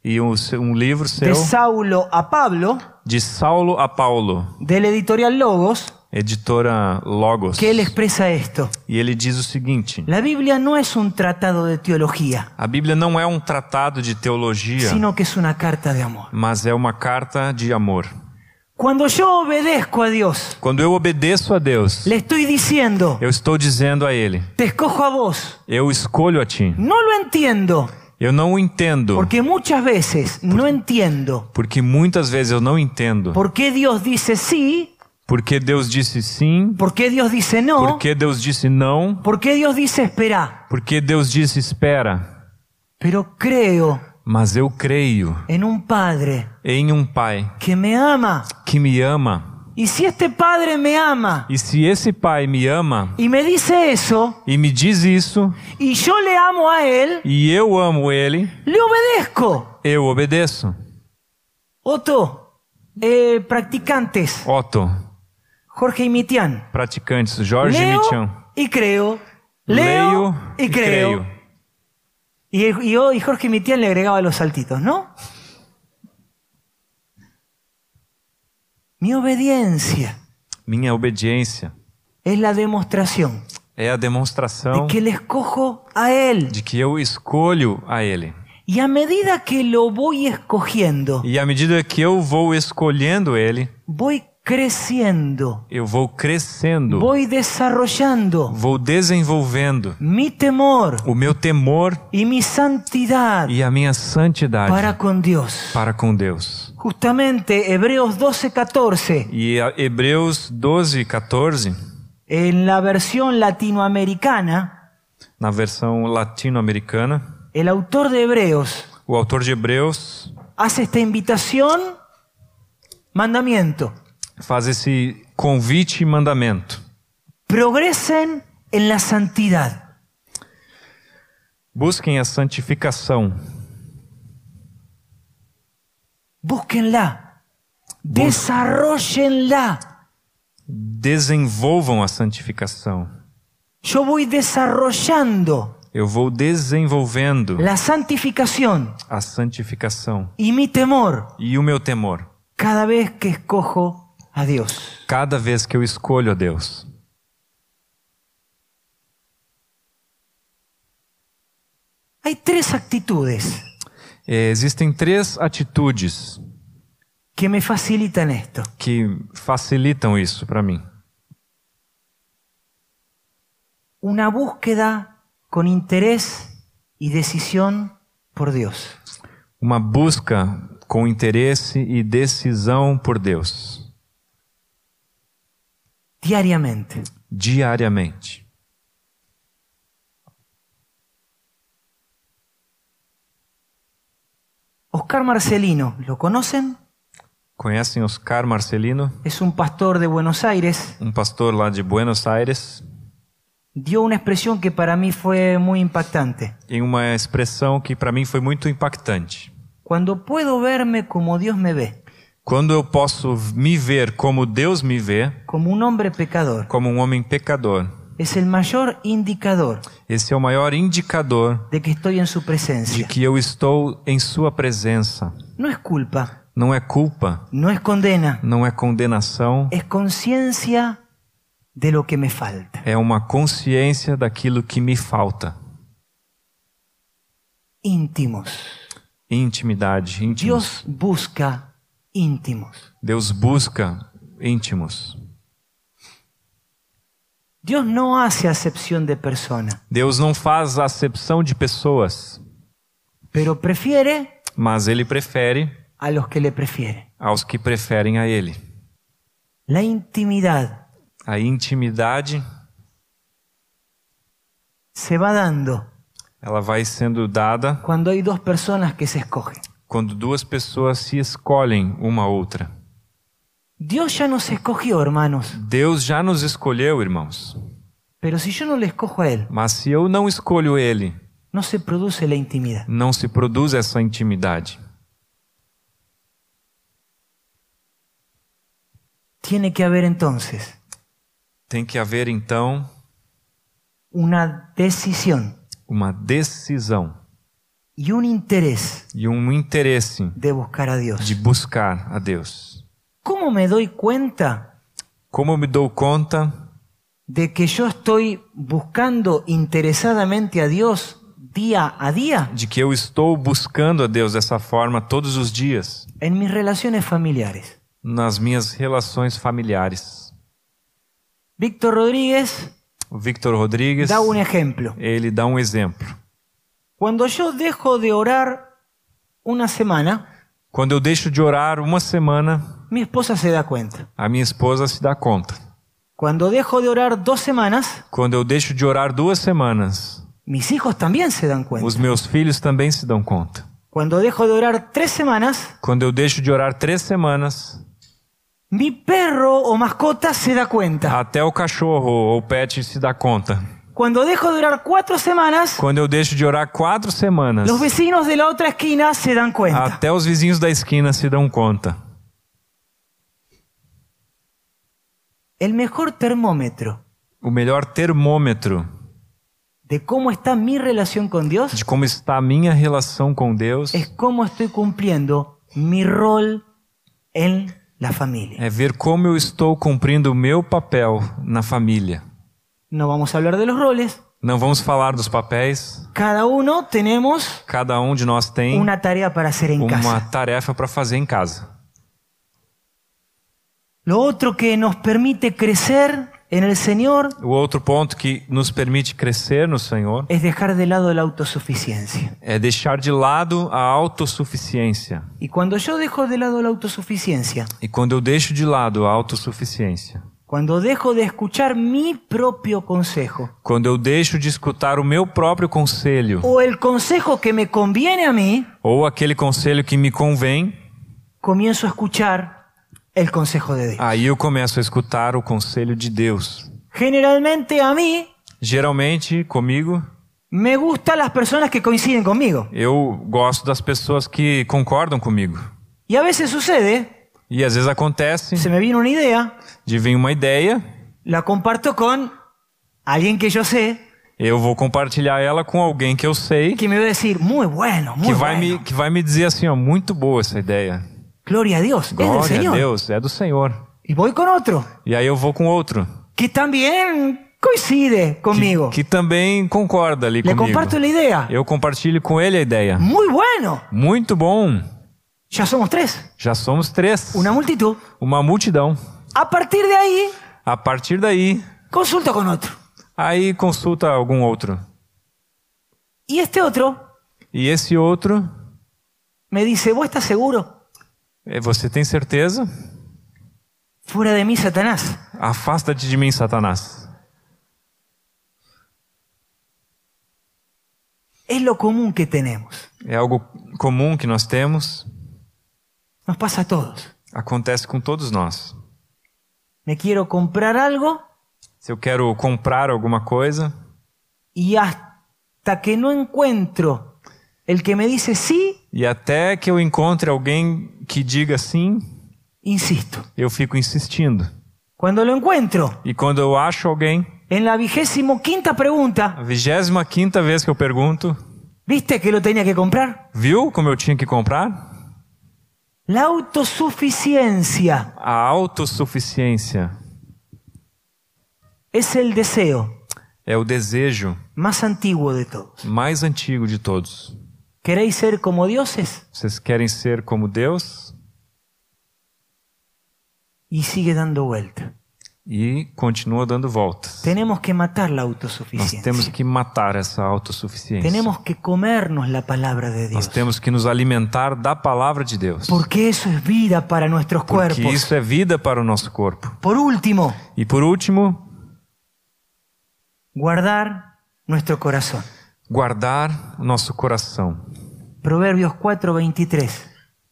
S2: E um, se- um livro seu
S1: de Saulo a Pablo,
S2: de Saulo a Paulo,
S1: de la editorial Logos,
S2: editora Logos.
S1: que él expresa esto.
S2: E ele diz o seguinte:
S1: La Biblia no es un tratado de teología,
S2: a Bíblia não é um tratado de teologia,
S1: sino que es una carta de amor.
S2: mas é uma carta de amor.
S1: Cuando yo obedezco a Dios,
S2: Quando eu obedeço a Deus,
S1: le estoy diciendo,
S2: eu estou dizendo a Ele:
S1: te escojo a vos.
S2: eu escolho a Ti.
S1: No lo entiendo,
S2: Eu não o entendo,
S1: porque muchas veces no entiendo
S2: porque muitas vezes eu não entendo.
S1: por qué Dios dice sí,
S2: Porque Deus disse sim,
S1: por qué Dios dice no,
S2: porque Deus disse não,
S1: por qué Dios dice espera.
S2: porque Deus disse espera.
S1: Pero creo
S2: Mas eu creio
S1: en un Padre
S2: em um Pai
S1: que me ama.
S2: que me ama.
S1: Y si este Padre me ama
S2: E se esse Pai me ama
S1: y me dice eso,
S2: e me diz isso,
S1: y yo le amo a Él,
S2: e eu amo Ele,
S1: le obedezco.
S2: eu obedeço.
S1: Otto, eh, practicantes,
S2: Otto,
S1: Jorge y Mitián.
S2: praticantes, Jorge e Mitião.
S1: Leo y creo. Leo, y creo. Y, y yo- y Jorge Mitián le agregaba los saltitos, ¿no? Mi obediencia
S2: Minha obediência
S1: es la demostración
S2: é a demonstração
S1: de que le escojo a Él.
S2: de que eu escolho a Ele.
S1: Y a medida que lo voy escogiendo,
S2: E à medida que eu vou escolhendo Ele,
S1: voy creciendo,
S2: eu vou crescendo,
S1: voy desarrollando
S2: vou desenvolvendo
S1: mi temor
S2: o meu temor
S1: y mi santidad
S2: e a minha santidade para,
S1: para con Dios.
S2: com Deus.
S1: Justamente Hebreos 12:14,
S2: E a- Hebreus 12, 14,
S1: en la versión latinoamericana,
S2: na versão latino-americana,
S1: el autor de Hebreos
S2: o autor de Hebreus
S1: hace esta invitación, mandamiento,
S2: faz esse convite e mandamento.
S1: progresen en la santidad.
S2: Busquem a santificação,
S1: Búsquenla, desarrollenla.
S2: desenvolvam a santificação.
S1: Yo voy desarrollando
S2: Eu vou desenvolvendo
S1: la santificação
S2: a santificação
S1: y mi temor
S2: e o meu temor
S1: cada vez que escojo a Dios.
S2: cada vez que eu escolho a Deus.
S1: Hay tres actitudes
S2: Eh, Existem três atitudes
S1: que me facilitan esto.
S2: que facilitam isso para mim.
S1: Una búsqueda con interés y decisión por Dios.
S2: Uma busca com interesse e decisão por Deus,
S1: Diariamente.
S2: diariamente.
S1: Oscar Marcelino, ¿lo conocen?
S2: Conhecem Oscar Marcelino,
S1: Es un pastor de Buenos Aires.
S2: um pastor lá de Buenos Aires,
S1: Dio una expresión que para mí fue muy impactante.
S2: em uma expressão que para mim foi muito impactante.
S1: Cuando puedo verme como Dios me ve,
S2: Quando eu posso me ver como Deus me vê,
S1: como un hombre pecador,
S2: como um homem pecador,
S1: es el mayor indicador
S2: esse é o maior indicador
S1: de que estoy en su
S2: de
S1: presencia.
S2: que eu estou em Sua presença.
S1: No es culpa,
S2: Não é culpa,
S1: no es condena,
S2: não é condenação,
S1: es conciencia de lo que me falta.
S2: é uma consciência daquilo que me falta.
S1: Íntimos.
S2: Intimidade, íntimos.
S1: Dios busca íntimos.
S2: Deus busca íntimos.
S1: Dios no hace acepción de persona,
S2: Deus não faz acepção de pessoas,
S1: pero prefiere
S2: mas Ele prefere
S1: a los que le prefieren.
S2: aos que preferem a Ele.
S1: La intimidad
S2: A intimidade,
S1: se va dando
S2: ela vai sendo dada
S1: cuando hay dos personas que se escogen.
S2: quando duas pessoas se escolhem uma a outra.
S1: Dios ya nos escogió, hermanos,
S2: Deus já nos escolheu, irmãos.
S1: pero si yo no le escojo a Él,
S2: Mas se eu não escolho Ele,
S1: no se produce la intimidad.
S2: não se produz essa intimidade.
S1: Tiene que haber entonces
S2: Tem que haver então
S1: una decisión
S2: uma decisão
S1: y un interés
S2: e um interesse
S1: de buscar a Dios.
S2: de buscar a Deus.
S1: ¿Cómo me doy cuenta
S2: Como me dou conta
S1: de que yo estoy buscando interesadamente a Dios día a día
S2: de que eu estou buscando a Deus dessa forma todos os dias
S1: en mis relaciones familiares?
S2: nas minhas relações familiares?
S1: Víctor Rodríguez
S2: O Victor Rodrigues,
S1: da un ejemplo.
S2: ele dá um exemplo.
S1: Cuando yo dejo de orar una semana,
S2: Quando eu deixo de orar uma semana,
S1: mi esposa se da cuenta.
S2: a minha esposa se dá conta.
S1: Cuando dejo de orar dos semanas,
S2: Quando eu deixo de orar duas semanas,
S1: mis hijos también se dan cuenta.
S2: os meus filhos também se dão conta.
S1: Cuando dejo de orar tres semanas,
S2: Quando eu deixo de orar três semanas,
S1: mi perro o mascota se da cuenta.
S2: até o cachorro ou o pet se dá conta.
S1: Cuando dejo de orar cuatro semanas,
S2: Quando eu deixo de orar quatro semanas,
S1: los vecinos de la otra esquina se dan cuenta.
S2: até os vizinhos da esquina se dão conta.
S1: El mejor termómetro
S2: O melhor termômetro
S1: de cómo está mi relación con Dios
S2: de como está a minha relação com Deus
S1: es cómo estoy cumpliendo mi rol en la familia.
S2: é ver como eu estou cumprindo o meu papel na família.
S1: No vamos a hablar de los roles.
S2: Não vamos falar dos papéis,
S1: Cada uno tenemos
S2: cada um de nós tem
S1: una tarea para hacer en
S2: uma
S1: casa.
S2: tarefa para fazer em casa.
S1: Lo otro que nos permite crecer en el Señor
S2: O outro ponto que nos permite crescer no Senhor
S1: es dejar de lado la autosuficiencia.
S2: é deixar de lado a autossuficiência.
S1: Y cuando yo dejo de lado la autosuficiencia,
S2: E quando eu deixo de lado a autossuficiência,
S1: cuando dejo de escuchar mi propio consejo,
S2: quando eu deixo de escutar o meu próprio conselho
S1: o el consejo que me conviene a mí,
S2: ou aquele conselho que me convém,
S1: comienzo a escuchar el consejo de Dios.
S2: aí eu começo a escutar o conselho de Deus.
S1: Generalmente a mí
S2: Geralmente, comigo,
S1: me gustan las personas que coinciden conmigo.
S2: eu gosto das pessoas que concordam comigo.
S1: Y a veces sucede,
S2: E às vezes acontece
S1: se me viene una idea,
S2: de vir uma ideia,
S1: la comparto con alguien que yo sé
S2: eu vou compartilhar ela com alguém que eu sei
S1: que me va a decir, muy bueno, muy
S2: que vai
S1: bueno.
S2: me que vai me dizer assim, ó, muito boa essa ideia.
S1: Gloria a Dios, es del
S2: Glória a
S1: Señor.
S2: Deus, é do Senhor.
S1: Y voy con otro,
S2: E aí eu vou com outro
S1: que también coincide conmigo.
S2: que também concorda ali
S1: Le
S2: comigo.
S1: comparto la idea.
S2: Eu compartilho com ele a ideia.
S1: Muy bueno.
S2: Muito bom.
S1: Ya somos tres.
S2: Já somos três.
S1: Una multitud.
S2: Uma multidão.
S1: A partir de ahí,
S2: A partir daí,
S1: consulto con otro.
S2: aí consulta algum outro.
S1: Y este otro
S2: E esse outro,
S1: me dice, ¿vos estás seguro?
S2: é, você tem certeza?
S1: Fuera de mí, Satanás.
S2: Afasta-te de mim, Satanás.
S1: Es lo común que tenemos.
S2: É algo comum que nós temos.
S1: Nos pasa a todos.
S2: Acontece com todos nós.
S1: Me quiero comprar algo
S2: Se eu quero comprar alguma coisa,
S1: y hasta que no encuentro el que me dice sí,
S2: E até que eu encontre alguém que diga sim,
S1: insisto.
S2: eu fico insistindo.
S1: Cuando lo encuentro,
S2: E quando eu acho alguém,
S1: en la vigésimo quinta pregunta,
S2: a 25 vez que eu pergunto,
S1: ¿viste que lo tenía que comprar?
S2: viu como eu tinha que comprar?
S1: La autosuficiencia
S2: A autossuficiência
S1: es el deseo
S2: é o desejo
S1: más antiguo de todos.
S2: mais antigo de todos.
S1: ¿Queréis ser como dioses?
S2: Vocês querem ser como Deus?
S1: Y sigue dando vuelta.
S2: E continua dando voltas.
S1: Tenemos que matar la
S2: Nós
S1: autosuficiencia.
S2: temos que matar essa autossuficiência.
S1: Tenemos que comernos la palabra de
S2: Nós
S1: Dios.
S2: temos que nos alimentar da palavra de Deus.
S1: Porque eso es vida para nuestros
S2: Porque
S1: cuerpos.
S2: isso é vida para o nosso corpo.
S1: Por último,
S2: E por último,
S1: guardar nuestro corazón.
S2: guardar o nosso coração.
S1: Proverbios 4:23.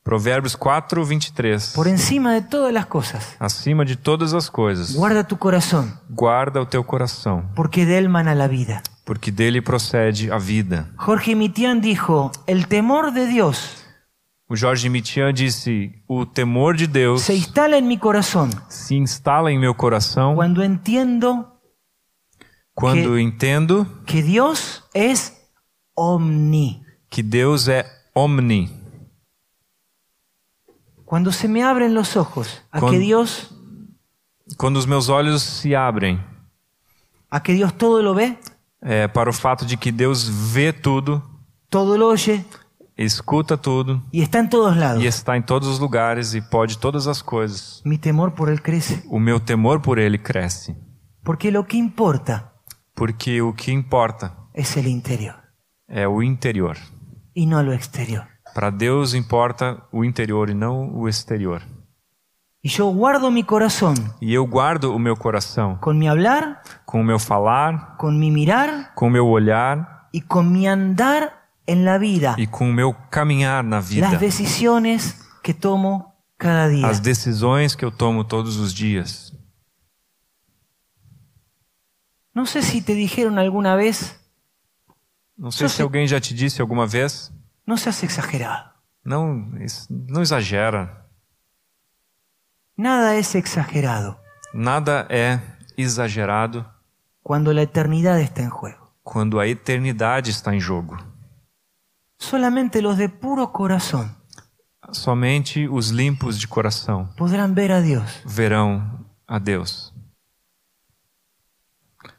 S2: Provérbios 4, 23.
S1: Por encima de todas las cosas,
S2: Acima de todas as coisas,
S1: guarda tu corazón,
S2: guarda o teu coração,
S1: porque de él mana la vida.
S2: porque dele procede a vida.
S1: Jorge Mitian dijo, el temor de Dios
S2: O Jorge Mitian disse: O temor de Deus
S1: se instala en mi corazón
S2: se instala em meu coração
S1: cuando entiendo
S2: quando entendo
S1: que Dios es omni.
S2: que Deus é omni.
S1: Cuando se me abren los ojos a
S2: Con-
S1: que Dios,
S2: Quando os meus olhos se abrem
S1: a que Dios todo lo ve,
S2: é, para o fato de que Deus vê tudo,
S1: todo lo oye
S2: escuta tudo
S1: y está en todos lados,
S2: e está em todos os lugares e pode todas as coisas,
S1: mi temor por él crece.
S2: o meu temor por ele cresce,
S1: Porque lo que importa
S2: porque o que importa
S1: es el interior
S2: é o interior.
S1: y no lo exterior.
S2: Para Deus importa o interior e não o exterior.
S1: Y yo guardo mi corazón
S2: E eu guardo o meu coração
S1: con mi hablar,
S2: com o meu falar,
S1: con mi mirar
S2: com o meu olhar
S1: y con mi andar en la vida.
S2: e com o meu caminhar na vida.
S1: Las decisiones que tomo cada día.
S2: As decisões que eu tomo todos os dias.
S1: No sé si te dijeron alguna vez,
S2: Não sei
S1: Sim,
S2: se
S1: sim.
S2: alguém já te disse alguma vez.
S1: no seas exagerado.
S2: Não, es- não exagera.
S1: Nada es exagerado
S2: Nada é exagerado
S1: cuando la eternidad está en juego.
S2: quando a eternidade está em jogo.
S1: Solamente los de puro corazón
S2: Somente os limpos de coração
S1: podrán ver a Dios.
S2: verão a Deus.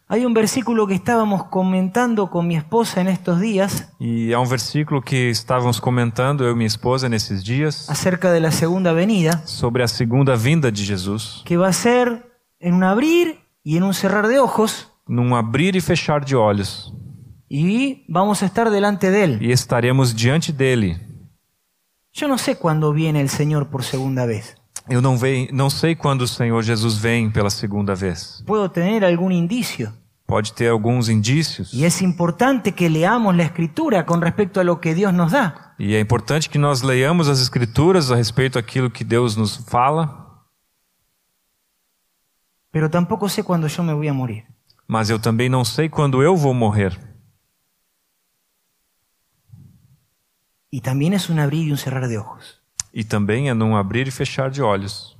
S1: Hay un versículo que estábamos comentando con mi esposa en estos días
S2: E há um versículo que estávamos comentando, eu e minha esposa, nesses dias,
S1: acerca de la segunda venida,
S2: sobre a segunda vinda de Jesus.
S1: que va a ser en un abrir y en un cerrar de ojos,
S2: Num abrir e fechar de olhos.
S1: y vamos a estar delante de Él.
S2: E estaremos diante dele.
S1: Yo no sé cuándo viene el Señor por segunda vez.
S2: Eu não, vei, não sei quando o Senhor Jesus vem pela segunda vez.
S1: Puedo tener algún indicio.
S2: Pode ter alguns indícios.
S1: Y es importante que leamos la escritura con respecto a lo que Dios nos da.
S2: E é importante que nós leiamos as Escrituras a respeito daquilo que Deus nos fala,
S1: Pero tampoco sé cuándo yo me voy a morir.
S2: mas eu também não sei quando eu vou morrer.
S1: Y también es un abrir y un cerrar de ojos.
S2: E também é num abrir e fechar de olhos.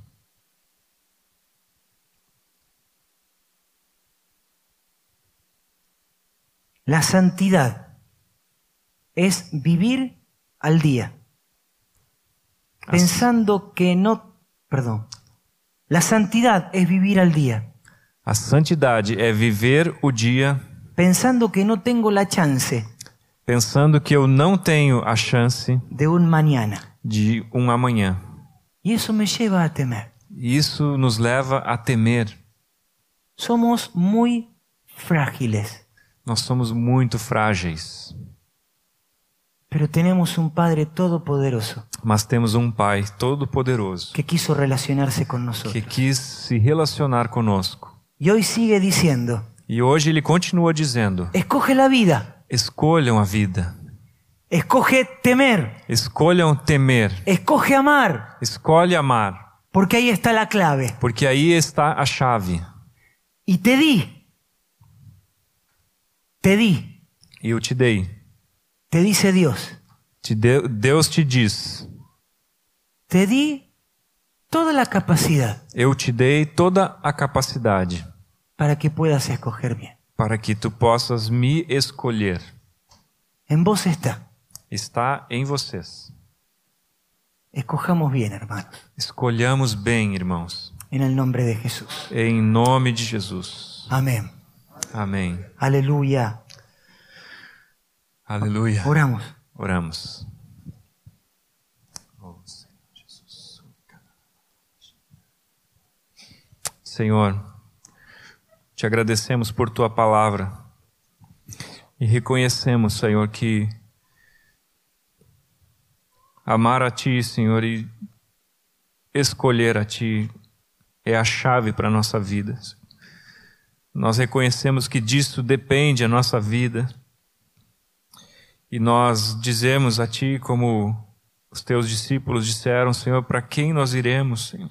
S1: La santidad es vivir al día, pensando que no... Perdón. La santidad es vivir al día,
S2: A santidade é viver o dia
S1: pensando que no tengo la chance
S2: pensando que eu não tenho a chance
S1: de un mañana.
S2: de um amanhã.
S1: Y eso me lleva a temer.
S2: E Isso nos leva a temer.
S1: Somos muy frágiles,
S2: Nós somos muito frágeis,
S1: pero tenemos un Padre Todopoderoso
S2: mas temos um Pai todo-poderoso
S1: que quiso relacionarse con
S2: que
S1: nosotros.
S2: quis se relacionar conosco.
S1: Y hoy sigue diciendo,
S2: E hoje ele continua dizendo:
S1: escoge la vida,
S2: escolham a vida,
S1: escoge temer,
S2: escolham temer,
S1: escoge amar,
S2: escolhe amar,
S1: porque ahí está la clave.
S2: porque aí está a chave.
S1: Y te di, te di,
S2: E eu te dei.
S1: te dice Dios,
S2: Te deu- Deus te diz:
S1: te di toda la capacidad
S2: eu te dei toda a capacidade
S1: para que puedas escoger bien.
S2: para que tu possas me escolher.
S1: En vos está,
S2: Está em vocês.
S1: escojamos bien, hermanos,
S2: Escolhamos bem, irmãos,
S1: en el nombre de Jesús.
S2: em nome de Jesus.
S1: Amén,
S2: Amém.
S1: aleluya,
S2: Aleluia.
S1: oramos.
S2: Oramos. Oh, Senhor, te agradecemos por tua palavra e reconhecemos, Senhor, que amar a ti, Senhor, e escolher a ti é a chave para a nossa vida. Nós reconhecemos que disso depende a nossa vida. E nós dizemos a Ti, como os Teus discípulos disseram, Senhor, para quem nós iremos, Senhor?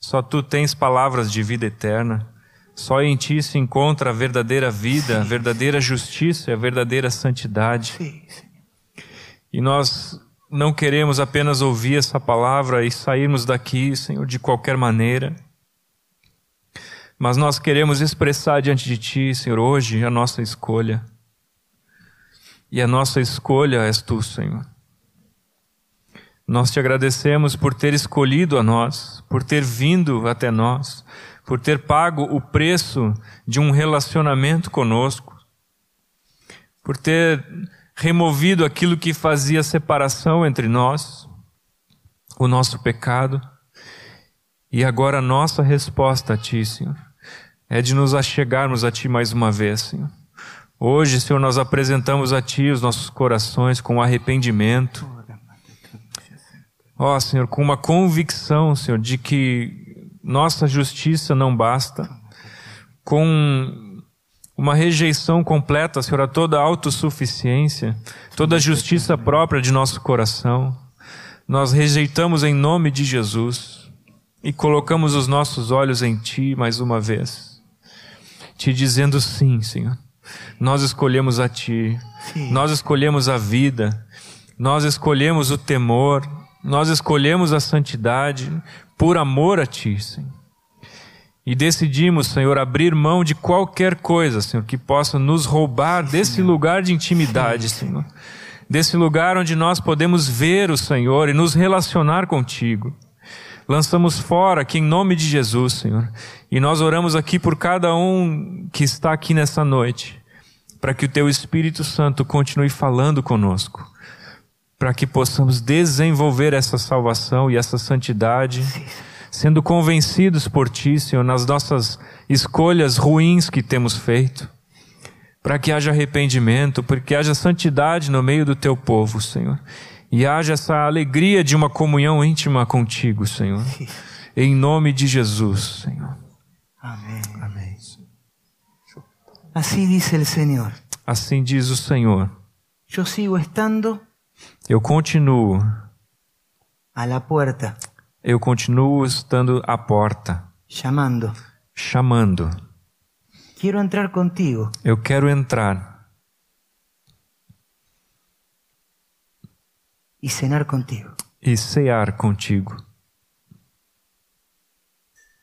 S2: Só Tu tens palavras de vida eterna. Só em Ti se encontra a verdadeira vida, a verdadeira justiça, e a verdadeira santidade.
S1: Sí, Señor.
S2: E nós não queremos apenas ouvir essa palavra e sairmos daqui, Senhor, de qualquer maneira. Mas nós queremos expressar diante de Ti, Senhor, hoje a nossa escolha. e a nossa escolha és tu, Senhor. Nós te agradecemos por ter escolhido a nós, por ter vindo até nós, por ter pago o preço de um relacionamento conosco, por ter removido aquilo que fazia separação entre nós, o nosso pecado. E agora a nossa resposta a Ti, Senhor, é de nos achegarmos a Ti mais uma vez, Senhor. Hoje, Senhor, nós apresentamos a Ti os nossos corações com arrependimento. Ó, oh, Senhor, com uma convicção, Senhor, de que nossa justiça não basta, com uma rejeição completa, Senhor, a toda a autossuficiência, toda a justiça própria de nosso coração. Nós rejeitamos em nome de Jesus e colocamos os nossos olhos em Ti mais uma vez, te dizendo sim, Senhor. Nós escolhemos a Ti, sim. nós escolhemos a vida, nós escolhemos o temor, nós escolhemos a santidade por amor a Ti, Senhor. E decidimos, Senhor, abrir mão de qualquer coisa, Senhor, que possa nos roubar Sim, desse Senhor. lugar de intimidade, Sim. Senhor. Desse lugar onde nós podemos ver o Senhor e nos relacionar contigo. Lançamos fora aqui em nome de Jesus, Senhor. E nós oramos aqui por cada um que está aqui nessa noite, para que o Teu Espírito Santo continue falando conosco para que possamos desenvolver essa salvação e essa santidade, sendo convencidos por Ti, Senhor, nas nossas escolhas ruins que temos feito, para que haja arrependimento, para que haja santidade no meio do Teu povo, Senhor, e haja essa alegria de uma comunhão íntima contigo, Senhor, em nome de Jesus, Senhor.
S1: Amém. Amém. Assim diz o Senhor.
S2: Assim diz o Senhor.
S1: Eu sigo estando
S2: eu continuo.
S1: A la puerta.
S2: Eu continuo estando à porta.
S1: Chamando.
S2: Chamando.
S1: Quero entrar contigo.
S2: Eu quero entrar.
S1: E cenar contigo.
S2: E cear contigo.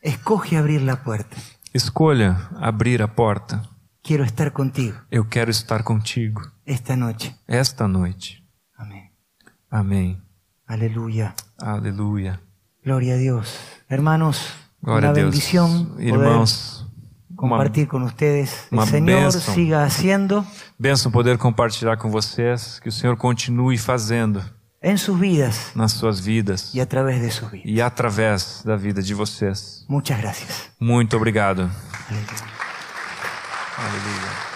S1: Escoge abrir la puerta.
S2: Escolha abrir a porta.
S1: Quero estar contigo.
S2: Eu quero estar contigo.
S1: Esta noite.
S2: Esta noite.
S1: Amén.
S2: Amén.
S1: Aleluya.
S2: Aleluya.
S1: Gloria a Dios. Hermanos, una
S2: Gloria a Dios.
S1: bendición
S2: Irmãos,
S1: poder compartir con ustedes. El
S2: una
S1: Señor
S2: benção.
S1: siga haciendo
S2: benção poder compartilhar com vocês, que o Senhor continue fazendo
S1: en sus vidas
S2: nas suas vidas
S1: y a través de sus vidas.
S2: e através da vida de vocês.
S1: Muchas gracias.
S2: Muito obrigado.
S1: Aleluya.
S2: Aleluia.